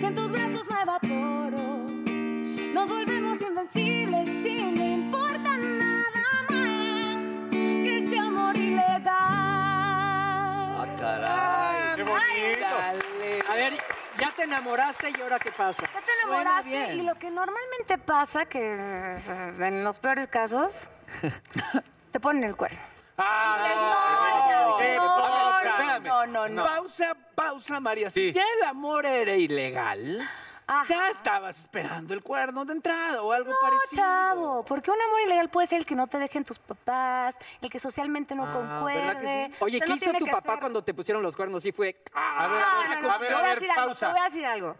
Speaker 9: que en tus brazos me evaporo. Nos volvemos invencibles y no importa nada más que ese amor ilegal.
Speaker 3: Ah, caray.
Speaker 2: ¡Qué bonito!
Speaker 7: A ver, ya te enamoraste y ahora qué pasa.
Speaker 9: Ya te enamoraste y lo que normalmente pasa, que es, eh, en los peores casos, te ponen el cuerno.
Speaker 5: Eh,
Speaker 9: Dices,
Speaker 5: a ver,
Speaker 9: no,
Speaker 5: espérame,
Speaker 9: chaval,
Speaker 5: espérame.
Speaker 9: no, no, no, no.
Speaker 5: Pausa, pausa, María. Si
Speaker 2: Sí.
Speaker 5: ya el amor era ilegal,
Speaker 9: Ajá.
Speaker 5: ya estabas esperando el cuerno de entrada o algo
Speaker 9: No,
Speaker 5: parecido.
Speaker 9: chavo, porque un amor ilegal puede ser el que no te dejen tus papás, el que socialmente no
Speaker 5: Ah, ¿verdad
Speaker 7: Ah,
Speaker 5: que sí?
Speaker 9: concuerde.
Speaker 7: Oye,
Speaker 9: O sea,
Speaker 7: ¿qué
Speaker 9: no
Speaker 7: hizo
Speaker 9: tiene
Speaker 7: tu
Speaker 9: que
Speaker 7: papá
Speaker 9: ser-
Speaker 7: cuando te pusieron los cuernos? Sí fue. "Ah,
Speaker 2: A ver,
Speaker 9: No,
Speaker 2: a ver,
Speaker 9: no, no,
Speaker 2: a ver,
Speaker 9: te
Speaker 2: a
Speaker 9: voy a
Speaker 2: ver,
Speaker 9: decir algo, te
Speaker 2: pausa.
Speaker 9: voy a decir algo.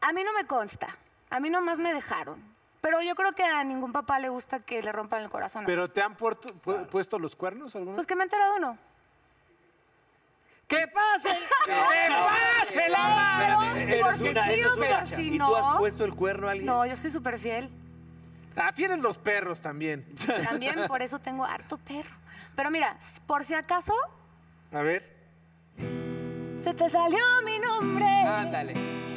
Speaker 9: A mí no me consta, a mí nomás me dejaron. Pero yo creo que a ningún papá le gusta que le rompan el corazón. a
Speaker 2: ¿Pero te han puerto- pu- puesto los cuernos alguna
Speaker 9: Pues que me he enterado no.
Speaker 7: ¡Que pase!
Speaker 3: Eso
Speaker 9: Claro,
Speaker 3: es
Speaker 9: porque
Speaker 3: una-
Speaker 9: sí
Speaker 3: eso es
Speaker 9: o
Speaker 3: una-
Speaker 9: por si
Speaker 3: ¿Y tú has
Speaker 9: no.
Speaker 3: puesto el cuerno a alguien?
Speaker 9: No, yo soy súper fiel.
Speaker 2: Ah, fieles los perros también.
Speaker 9: También por eso tengo harto perro. Pero mira, por si acaso
Speaker 2: A ver.
Speaker 9: se te salió mi nombre.
Speaker 5: Ándale.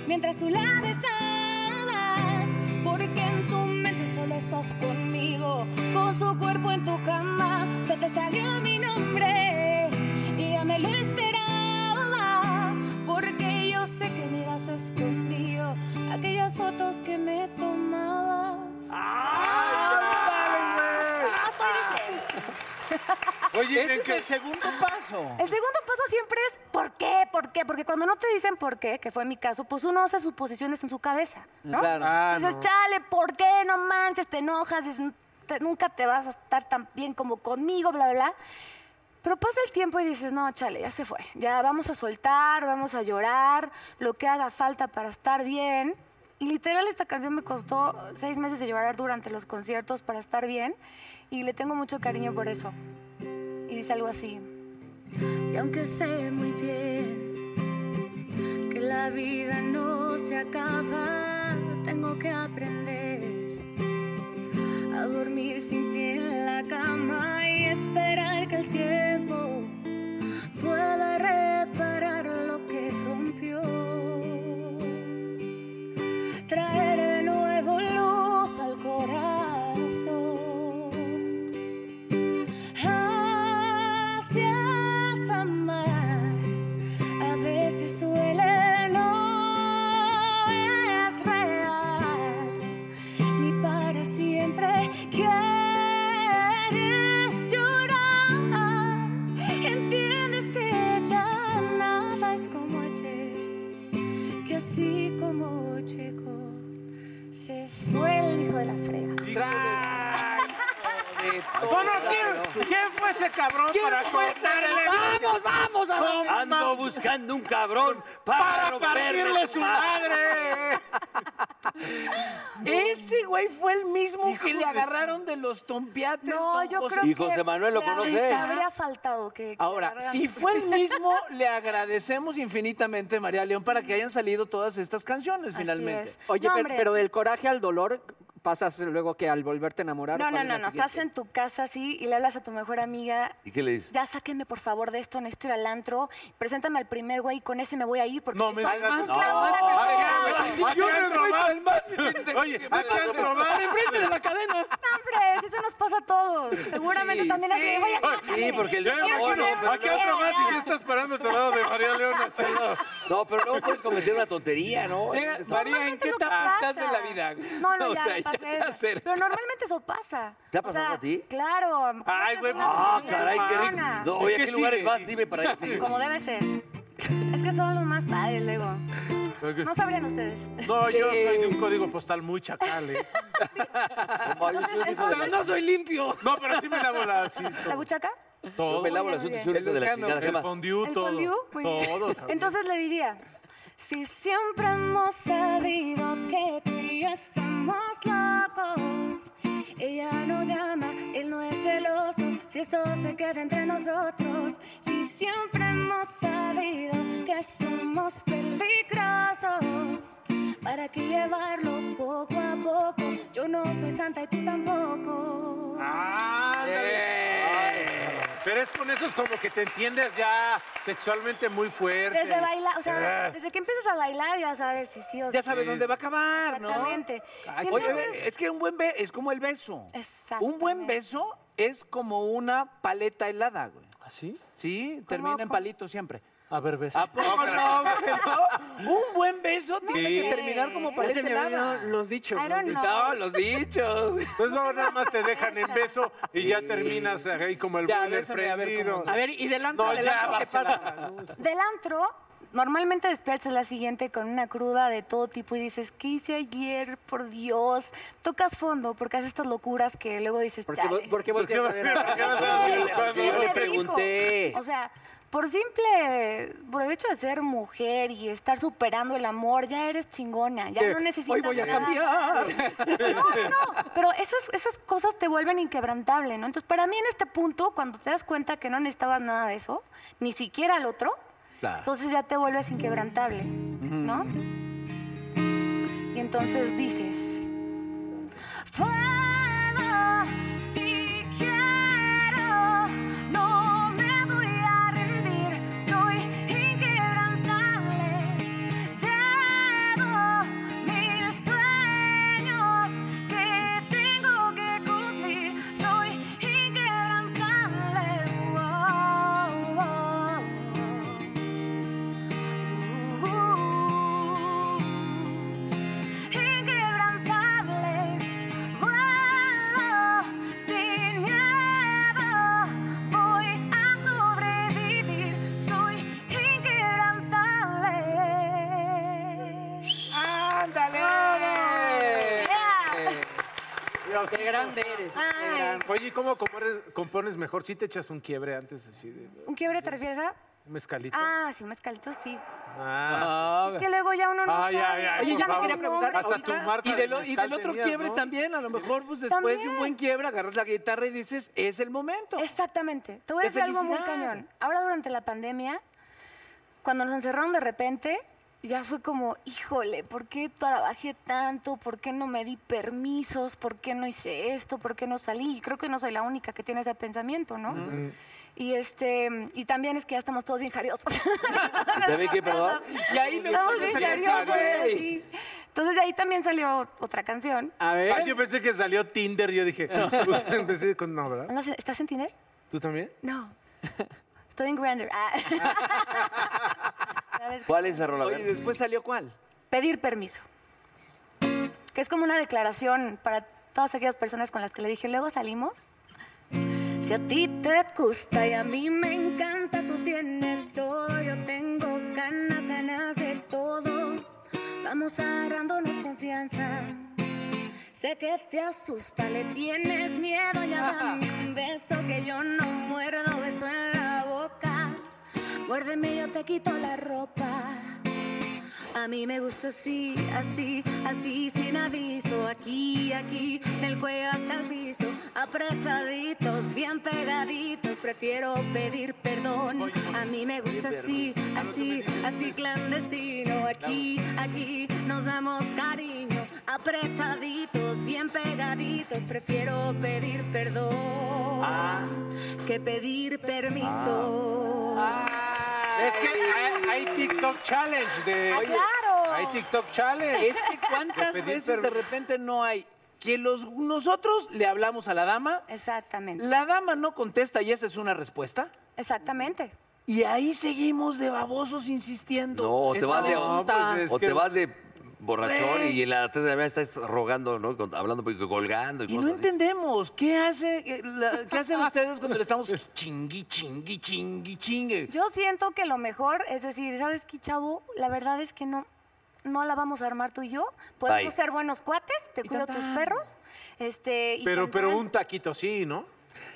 Speaker 9: Mientras tú la besabas, porque en tu mente solo estás conmigo, con su cuerpo en tu cama, se te salió mi nombre y ya me lo esperaba, porque yo sé que miras escondido aquellas fotos que me tomabas. Ah, estoy diciendo.
Speaker 2: Oye,
Speaker 5: Ese
Speaker 2: ¿en
Speaker 5: es
Speaker 2: qué-
Speaker 5: el segundo paso.
Speaker 9: El segundo paso siempre es ¿por qué? ¿Por qué? Porque cuando no te dicen por qué, que fue mi caso, pues uno hace suposiciones en su cabeza, ¿no?
Speaker 5: Claro.
Speaker 2: Ah,
Speaker 9: Dices,
Speaker 2: no.
Speaker 9: chale, ¿por qué? No manches, te enojas, dices, "Te- nunca te vas a estar tan bien como conmigo, bla, bla, bla. Pero pasa el tiempo y dices, no, chale, ya se fue. Ya vamos a soltar, vamos a llorar, lo que haga falta para estar bien. Y literal esta canción me costó seis meses de llorar durante los conciertos para estar bien. Y le tengo mucho cariño por eso. Y dice algo así. Y aunque sé muy bien que la vida no se acaba, tengo que aprender a dormir sin ti en la cama y esperar que el tiempo pueda reparar lo que rompió. Traer de nuevo luz al corazón. Gracias amar, a veces suele no es real.
Speaker 2: No, no, ¿quién, quién fue ese cabrón
Speaker 1: ¿Quién
Speaker 2: para
Speaker 1: fue ese?
Speaker 2: cortarle?
Speaker 1: ¡Vamos, vamos, a- Ando
Speaker 3: buscando un cabrón
Speaker 1: para
Speaker 2: para partirle
Speaker 1: romperle
Speaker 2: su
Speaker 1: su madre.
Speaker 2: madre.
Speaker 5: Ese güey fue el mismo que
Speaker 9: de
Speaker 5: le
Speaker 9: su-
Speaker 5: agarraron de los tompiates. No,
Speaker 9: Yo creo
Speaker 3: Y
Speaker 9: que
Speaker 3: José Manuel lo
Speaker 9: la-
Speaker 3: conoce.
Speaker 9: Te habría faltado que. que
Speaker 5: Ahora,
Speaker 9: agarraran.
Speaker 5: si fue el mismo, le agradecemos infinitamente, María León, para que hayan salido todas estas canciones finalmente.
Speaker 7: Oye, pero, pero del coraje al dolor pasas luego que al volverte a enamorar.
Speaker 9: No,
Speaker 7: ¿cuál
Speaker 9: no,
Speaker 7: es la
Speaker 9: no, no.
Speaker 7: siguiente?
Speaker 9: Estás en tu casa así y le hablas a tu mejor amiga.
Speaker 3: ¿Y qué le dices?
Speaker 9: Ya sáquenme por favor de esto, necesito ir al antro. Preséntame al primer güey, con ese me voy a ir porque
Speaker 2: No, me
Speaker 9: esto-
Speaker 2: digas
Speaker 9: Pues
Speaker 2: eso.
Speaker 9: claro,
Speaker 2: No.
Speaker 9: claro.
Speaker 2: Ay,
Speaker 9: No,
Speaker 2: güey, si
Speaker 9: no,
Speaker 2: yo
Speaker 9: no,
Speaker 2: entro
Speaker 9: no,
Speaker 2: más.
Speaker 9: no, no, no,
Speaker 2: Oye,
Speaker 9: no,
Speaker 2: ¿a qué
Speaker 9: no,
Speaker 2: entro
Speaker 9: no,
Speaker 2: más?
Speaker 5: Enfrente de la cadena.
Speaker 9: No, hombre, eso nos pasa a todos. Seguramente
Speaker 2: Sí,
Speaker 9: también así. Oye, sácame.
Speaker 2: Yo me imagino, ¿A qué otro más si ya estás parando al lado de María León? así al lado.
Speaker 3: No, pero luego puedes cometer una tontería, ¿no?
Speaker 5: Llega-
Speaker 3: Eso-
Speaker 5: María, ¿en qué
Speaker 9: lo
Speaker 5: etapa
Speaker 9: pasa.
Speaker 5: estás de la vida?
Speaker 9: No, no,
Speaker 5: O
Speaker 9: ya,
Speaker 5: sea,
Speaker 9: me pasé
Speaker 5: te
Speaker 9: esa.
Speaker 5: acercas.
Speaker 9: Pero normalmente eso pasa.
Speaker 3: ¿Te ha
Speaker 9: O
Speaker 3: pasado
Speaker 9: sea,
Speaker 3: a ti?
Speaker 9: Claro.
Speaker 2: Ay,
Speaker 9: conoces
Speaker 2: güey,
Speaker 9: una
Speaker 3: Ah,
Speaker 9: persona
Speaker 3: caray, qué rico.
Speaker 9: hermana.
Speaker 3: No, oye, ¿a qué
Speaker 2: ¿Qué
Speaker 3: lugares
Speaker 2: sigue?
Speaker 3: vas? Dime para ir.
Speaker 9: Como debe ser. Es que son los más padres, luego. No sabrían ustedes.
Speaker 2: No, yo soy de un código postal muy chacal, ¿eh?
Speaker 9: Entonces,
Speaker 7: Pero
Speaker 9: entonces,
Speaker 7: no soy limpio.
Speaker 2: No, pero sí me lavo la... Sí,
Speaker 9: ¿la
Speaker 2: todo.
Speaker 9: buchaca?
Speaker 3: Yo
Speaker 2: todo.
Speaker 3: me lavo
Speaker 9: Muy
Speaker 3: los
Speaker 9: bien,
Speaker 3: dientes
Speaker 9: muy
Speaker 3: y de la chingada. ¿Qué
Speaker 2: El
Speaker 3: más?
Speaker 2: fondue,
Speaker 9: ¿El
Speaker 2: todo.
Speaker 9: fondue? Muy bien.
Speaker 2: Todo. cabrón.
Speaker 9: Entonces le diría, si siempre hemos sabido que tú y yo estamos locos, ella no llama, él no es celoso, si esto se queda entre nosotros, si siempre hemos sabido que somos peligrosos, ¿para qué llevarlo poco a poco? Yo no soy santa y tú tampoco.
Speaker 2: Ah,
Speaker 5: Ah,
Speaker 2: Ándale. Eh. Pero es con esos como que te entiendes ya sexualmente muy fuerte.
Speaker 9: Desde bailar, o
Speaker 2: Ah.
Speaker 9: sea, desde que empiezas a bailar ya sabes si sí o
Speaker 5: Eh. Ya
Speaker 9: si
Speaker 5: sabes
Speaker 2: Sí.
Speaker 5: dónde va a acabar, ¿no?
Speaker 9: Exactamente.
Speaker 5: Ay,
Speaker 9: Y
Speaker 5: oye,
Speaker 9: entonces-
Speaker 5: es que un buen beso es como el beso.
Speaker 9: Exacto.
Speaker 5: Un buen beso es como una paleta helada, güey.
Speaker 2: ¿Así?
Speaker 5: Sí, termina en
Speaker 9: cómo?
Speaker 5: palito siempre.
Speaker 2: A ver, ves. Ah,
Speaker 5: ¿A poco no, güey, no? Un buen beso tiene
Speaker 2: Sí.
Speaker 5: que terminar como
Speaker 7: Ya
Speaker 5: paleta
Speaker 7: se me
Speaker 5: helada.
Speaker 7: olvidaron los dichos.
Speaker 9: I don't
Speaker 7: los
Speaker 9: know.
Speaker 5: No, los dichos.
Speaker 2: Pues luego nada más te dejan en beso y ya terminas ahí como el
Speaker 5: Ya,
Speaker 2: boiler
Speaker 5: bésame, a ver
Speaker 2: prendido.
Speaker 5: cómo-
Speaker 7: A ver, y delante,
Speaker 2: No,
Speaker 7: delante,
Speaker 2: ya,
Speaker 7: ¿qué pasa?
Speaker 9: Del antro, normalmente despiertas la siguiente con una cruda de todo tipo y dices, ¿qué hice ayer? Por Dios. Tocas fondo porque haces estas locuras que luego dices,
Speaker 7: Porque,
Speaker 9: "Chale".
Speaker 7: vo- porque volteas a ver a-
Speaker 9: Sí,
Speaker 3: Cuando
Speaker 9: sí,
Speaker 3: yo le
Speaker 9: me dijo.
Speaker 3: pregunté.
Speaker 9: O sea, por simple, por el hecho de ser mujer y estar superando el amor, ya eres chingona, ya no necesitas
Speaker 5: Eh, Hoy voy a
Speaker 9: nada.
Speaker 5: cambiar.
Speaker 9: No, no, no, pero esas, esas cosas te vuelven inquebrantable, ¿no? Entonces, para mí en este punto, cuando te das cuenta que no necesitabas nada de eso, ni siquiera el otro,
Speaker 5: Claro.
Speaker 9: entonces ya te vuelves inquebrantable, ¿no? Y entonces dices, puedo, si quiero, no me voy a rendir, soy inquebrantable, llevo mil sueños que tengo que cumplir, soy inquebrantable. wow, wow, uh, inquebrantable, vuelo sin miedo, voy a sobrevivir, soy inquebrantable.
Speaker 5: ¡Ándale!
Speaker 9: Yeah.
Speaker 2: Dios,
Speaker 7: Qué grande eres. qué
Speaker 9: Ay.
Speaker 7: grande.
Speaker 2: Oye, ¿y cómo compones, compones mejor? Si te echas un quiebre antes así de
Speaker 9: ¿Un quiebre te refieres a?
Speaker 2: un mezcalito.
Speaker 9: Ah, sí, un mezcalito, sí.
Speaker 2: Ah.
Speaker 9: Es que luego ya uno no
Speaker 2: Ay,
Speaker 9: sabe.
Speaker 2: ay, ay,
Speaker 7: Oye,
Speaker 2: por
Speaker 7: ya me
Speaker 2: favor.
Speaker 7: quería preguntar
Speaker 2: Hasta
Speaker 7: ahorita,
Speaker 2: tu marca
Speaker 5: Y, del o-
Speaker 2: de
Speaker 5: y del
Speaker 2: mezcal
Speaker 5: otro
Speaker 2: tenías,
Speaker 5: quiebre
Speaker 2: ¿no?
Speaker 5: también, a lo mejor pues después de un
Speaker 9: También.
Speaker 5: buen quiebre agarras la guitarra y dices, es el momento.
Speaker 9: Exactamente. Te voy a
Speaker 5: De
Speaker 9: decir algo muy
Speaker 5: felicidad.
Speaker 9: cañón. Ahora durante la pandemia, cuando nos encerraron de repente, ya fue como, híjole, ¿por qué trabajé tanto? ¿Por qué no me di permisos? ¿Por qué no hice esto? ¿Por qué no salí? Y creo que no soy la única que tiene ese pensamiento, ¿no? Y este, y también es que ya estamos todos bien jariosos.
Speaker 3: ¿También qué, perdón?
Speaker 5: Y ahí luego
Speaker 9: Estamos bien
Speaker 5: pones el
Speaker 9: jariosos.
Speaker 5: güey.
Speaker 9: sí. Entonces de ahí también salió otra canción.
Speaker 5: A
Speaker 2: Ay,
Speaker 5: ver.
Speaker 2: yo pensé que salió Tinder. Yo dije, pues, empecé con no, ¿verdad?
Speaker 9: Andas- ¿Estás en Tinder?
Speaker 2: ¿Tú también?
Speaker 9: No. Estoy en Grander. Ah. ¿Sabes?
Speaker 3: ¿Cuál es esa rola? A
Speaker 5: Oye, ¿y
Speaker 3: ver.
Speaker 5: después salió cuál?
Speaker 9: Pedir permiso. Que es como una declaración para todas aquellas personas con las que le dije, luego salimos. Si a ti te gusta y a mí me encanta, tú tienes todo, yo tengo ganas, ganas de todo. Vamos agarrándonos confianza.
Speaker 10: Sé que te asusta, le tienes miedo, ya dame un beso que yo no muerdo, beso en la boca. Muérdeme, yo te quito la ropa. A mí me gusta así, así, así, sin aviso. Aquí, aquí, del cuello hasta el piso. Apretaditos, bien pegaditos. Prefiero pedir perdón. A mí me gusta así, así, así, clandestino. Aquí, aquí, nos damos cariño. Apretaditos, bien pegaditos. Prefiero pedir perdón
Speaker 2: Ah.
Speaker 10: que pedir permiso.
Speaker 2: Ah. Es que hay, hay TikTok Challenge de.
Speaker 10: Ah, claro.
Speaker 2: Hay TikTok Challenge.
Speaker 5: Es que cuántas
Speaker 2: De pedir
Speaker 5: veces de
Speaker 2: permiso.
Speaker 5: repente no hay. Que los, nosotros le hablamos a la dama,
Speaker 9: Exactamente.
Speaker 5: la dama no contesta y esa es una respuesta.
Speaker 9: Exactamente.
Speaker 5: Y ahí seguimos de babosos insistiendo.
Speaker 3: No, o te
Speaker 5: Esta
Speaker 3: vas de,
Speaker 5: tonta.
Speaker 2: pues,
Speaker 3: o te vas de borrachón
Speaker 5: Güey.
Speaker 3: y en la 3 de la mañana estás rogando, ¿no? Con- Hablando, pues, colgando y,
Speaker 5: Y no
Speaker 3: cosas.
Speaker 5: entendemos. ¿Qué, hace, eh, la- ¿Qué hacen ustedes cuando le estamos chingui, chingui, chingui, chingue?
Speaker 9: Yo siento que lo mejor es decir, ¿sabes qué, chavo? La verdad es que no, no la vamos a armar tú y yo. Podemos
Speaker 2: Bye.
Speaker 9: ser buenos cuates, te cuido tus perros. Este, y
Speaker 2: Pero,
Speaker 9: tan,
Speaker 2: pero
Speaker 9: tan.
Speaker 2: un taquito sí, ¿no?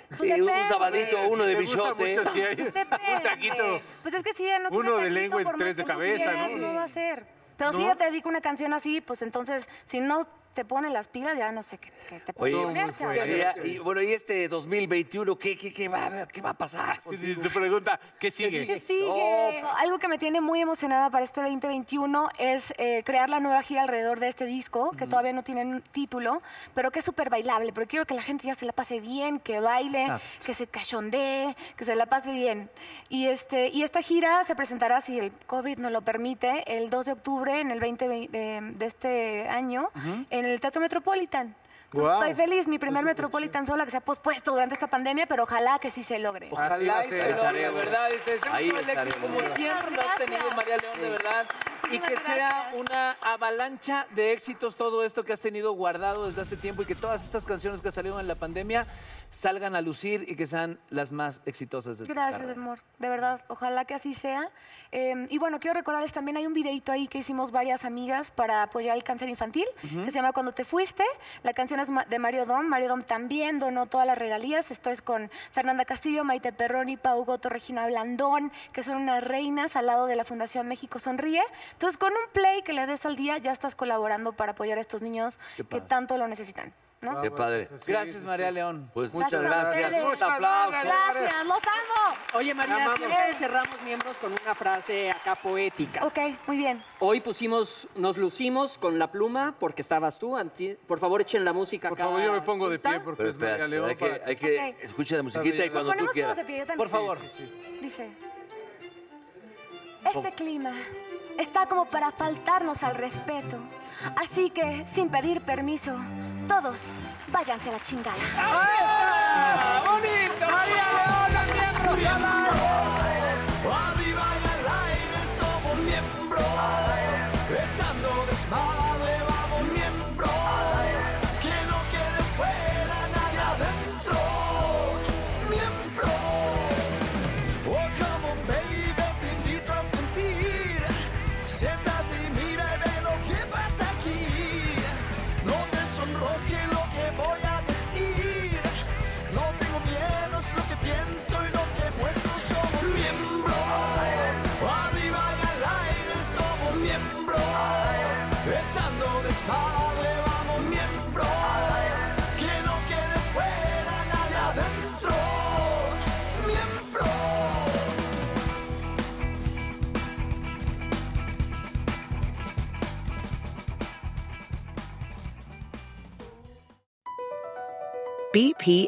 Speaker 9: Pues Sí, un depende. sabadito, uno de
Speaker 2: te gusta
Speaker 3: bichote.
Speaker 2: mucho, sí hay. Un taquito.
Speaker 9: Pues es que si ella no quiere
Speaker 2: Uno de
Speaker 9: taquito,
Speaker 2: lengua y
Speaker 9: por más
Speaker 2: tres de
Speaker 9: que tú
Speaker 2: cabeza,
Speaker 9: quieras,
Speaker 2: ¿no?
Speaker 9: No va a ser. Pero si
Speaker 3: ¿No?
Speaker 9: ella te dedica una canción así, pues entonces, si no te pone las pilas, ya no sé qué, qué te puede
Speaker 3: Oye,
Speaker 9: poner, chavo.
Speaker 3: Oye, y, bueno, y este 2021, ¿qué, qué, qué va a haber? ¿Qué va a pasar?
Speaker 2: Y se pregunta, ¿qué sigue?
Speaker 9: ¿Qué sigue? Algo que me tiene muy emocionada para este 2021 es eh, crear la nueva gira alrededor de este disco, que todavía no tiene un título, pero que es súper bailable, porque quiero que la gente ya se la pase bien, que baile,
Speaker 11: Exacto.
Speaker 9: que se cachondee, que se la pase bien. Y, este, y esta gira se presentará, si el COVID nos lo permite, el 2 de octubre en el 20 de, de este año,
Speaker 11: Ujú.
Speaker 9: en el Teatro Metropolitan. Entonces,
Speaker 11: Guau.
Speaker 9: Estoy feliz, mi primer Metropolitan sola que se ha pospuesto durante esta pandemia, pero ojalá que sí se logre.
Speaker 5: Ojalá y se
Speaker 3: Ahí
Speaker 5: logre,
Speaker 3: estaremos.
Speaker 5: ¿verdad? Y te deseamos
Speaker 3: Ahí
Speaker 5: todo el éxito,
Speaker 3: estaremos.
Speaker 5: como siempre lo has tenido, María León, de verdad. Y que sea una avalancha de éxitos todo esto que has tenido guardado desde hace tiempo y que todas estas canciones que salieron en la pandemia salgan a lucir y que sean las más exitosas de tu
Speaker 9: Gracias,
Speaker 5: carrera.
Speaker 9: amor. De verdad, ojalá que así sea. Eh, y bueno, quiero recordarles también, hay un videito ahí que hicimos varias amigas para apoyar el cáncer infantil,
Speaker 11: Ujú.
Speaker 9: que se llama Cuando te fuiste. La canción es ma- de Mario Dom. Mario Dom también donó todas las regalías. Esto es con Fernanda Castillo, Maite Perroni, Pau Goto, Regina Blandón, que son unas reinas al lado de la Fundación México Sonríe. Entonces, con un play que le des al día, ya estás colaborando para apoyar a estos niños
Speaker 3: Qué
Speaker 9: que
Speaker 3: padre.
Speaker 9: tanto lo necesitan. ¿no?
Speaker 3: Qué padre.
Speaker 5: Gracias, María León.
Speaker 3: Pues
Speaker 7: Gracias
Speaker 3: muchas
Speaker 7: a
Speaker 3: gracias.
Speaker 7: ustedes.
Speaker 3: Un aplauso.
Speaker 9: Gracias, los amo.
Speaker 7: Oye,
Speaker 9: La
Speaker 7: María,
Speaker 9: amamos.
Speaker 7: siempre cerramos miembros con una frase acá poética.
Speaker 9: Ok, muy bien.
Speaker 7: Hoy pusimos, nos lucimos con la pluma porque estabas tú. Anti- Por favor, echen la música acá.
Speaker 2: favor, yo me pongo de pie
Speaker 3: Pero
Speaker 2: porque es
Speaker 3: espérate,
Speaker 2: María León.
Speaker 3: hay que,
Speaker 2: para-
Speaker 3: hay que escuchar la musiquita y
Speaker 2: Nos
Speaker 3: cuando tú
Speaker 9: ponemos
Speaker 3: quieras.
Speaker 9: todos de pie, yo también. Por favor.
Speaker 3: Sí, sí, sí.
Speaker 9: Dice, este clima está como para faltarnos al respeto. Así que, sin pedir permiso, todos váyanse a la chingada.
Speaker 1: ¡Bonito! ¡María León, los miembros sonados! ¡Arriba y al aire somos miembros! ¡Echando desmadre, vamos miembros! ¡Que no quede fuera nadie adentro! ¡Miembros! Oh, come on, baby, te invito a sentir Siéntate y mira y ve lo que pasa aquí No te sonroje lo que voy a decir no tengo miedo, es lo que pienso y lo que muestro. Somos miembros. Arriba y al aire somos miembros. Echando desmadre vamos miembros. Que no quede fuera nadie adentro. Miembros.
Speaker 8: BP